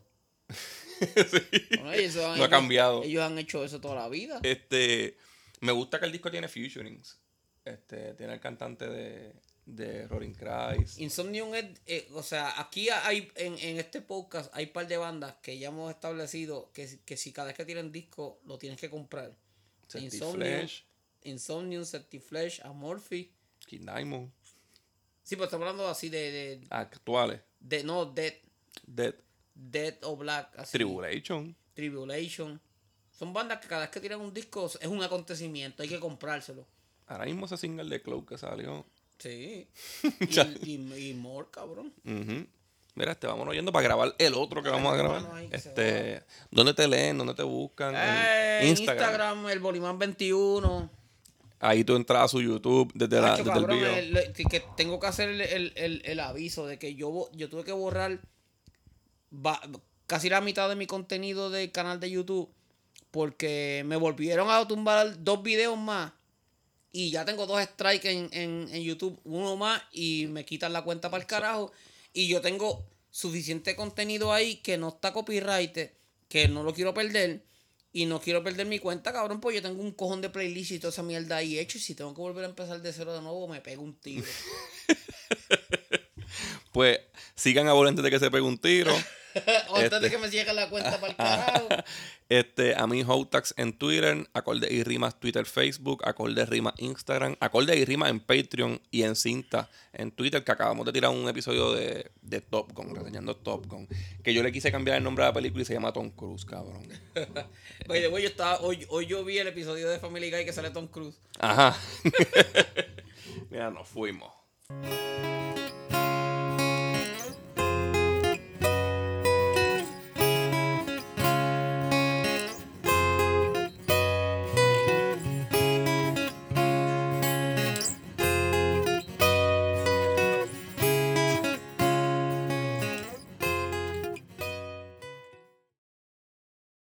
Speaker 2: (laughs) Sí.
Speaker 3: Bueno, ellos han
Speaker 2: No ha
Speaker 3: hecho-
Speaker 2: cambiado.
Speaker 3: Ellos han hecho eso toda la vida.
Speaker 2: Este, me gusta que el disco tiene featurings. Este, tiene el cantante de, de Roaring Christ.
Speaker 3: Insomnium es, eh, o sea, aquí hay, en, en este podcast hay un par de bandas que ya hemos establecido que, si- que si cada vez que tienen disco lo tienes que comprar.
Speaker 2: Sexty
Speaker 3: Insomnio.
Speaker 2: Flesh,
Speaker 3: Insomnium, Certiflesh, Amorphy.
Speaker 2: King Diamond,
Speaker 3: Sí, pero estamos hablando así de, de,
Speaker 2: actuales.
Speaker 3: de no, Dead,
Speaker 2: Dead
Speaker 3: Dead o Black. Así.
Speaker 2: Tribulation.
Speaker 3: Tribulation. Son bandas que cada vez que tiran un disco es un acontecimiento, hay que comprárselo.
Speaker 2: Ahora mismo ese (laughs) single de Cloud que salió.
Speaker 3: Sí. y, y, y more, cabrón.
Speaker 2: Ujú. Mira, este vámonos yendo para grabar el otro que vamos a grabar.
Speaker 3: hermano, ahí que se
Speaker 2: Este, ¿dónde te leen? ¿Dónde te buscan?
Speaker 3: Eh,
Speaker 2: En
Speaker 3: Instagram. el Bolimán 21.
Speaker 2: Ahí tú entras a su YouTube desde, la,
Speaker 3: Macho,
Speaker 2: desde
Speaker 3: cabrón,
Speaker 2: el video.
Speaker 3: el- el- que tengo que hacer el, el- el- el aviso de que yo, bo- yo tuve que borrar ba- casi la mitad de mi contenido del canal de YouTube porque me volvieron a tumbar dos videos más y ya tengo dos strikes en, en- en YouTube, uno más y me quitan la cuenta para el carajo y yo tengo suficiente contenido ahí que no está copyrighted, que no lo quiero perder. Y no quiero perder mi cuenta, cabrón, pues yo tengo un cojón de playlist y toda esa mierda ahí hecho. Y si tengo que volver a empezar de cero de nuevo, me pego un tiro.
Speaker 2: Pues sigan a Bolo antes de que se pegue un
Speaker 3: (laughs)
Speaker 2: tiro.
Speaker 3: o antes de
Speaker 2: Este.
Speaker 3: que me llegue la cuenta para el carajo.
Speaker 2: este, a mí Hotax en Twitter, Acorde y Rimas Twitter, Facebook, Acorde Rimas Instagram, Acorde y Rimas en Patreon y en Cinta en Twitter, que acabamos de tirar un episodio de, de Top Gun, reseñando Top Gun, que yo le quise cambiar el nombre de la película y se llama Tom Cruise, cabrón.
Speaker 3: By the way, yo estaba, hoy, hoy yo vi el episodio de Family Guy que sale Tom Cruise.
Speaker 2: Ajá. Mira, nos fuimos.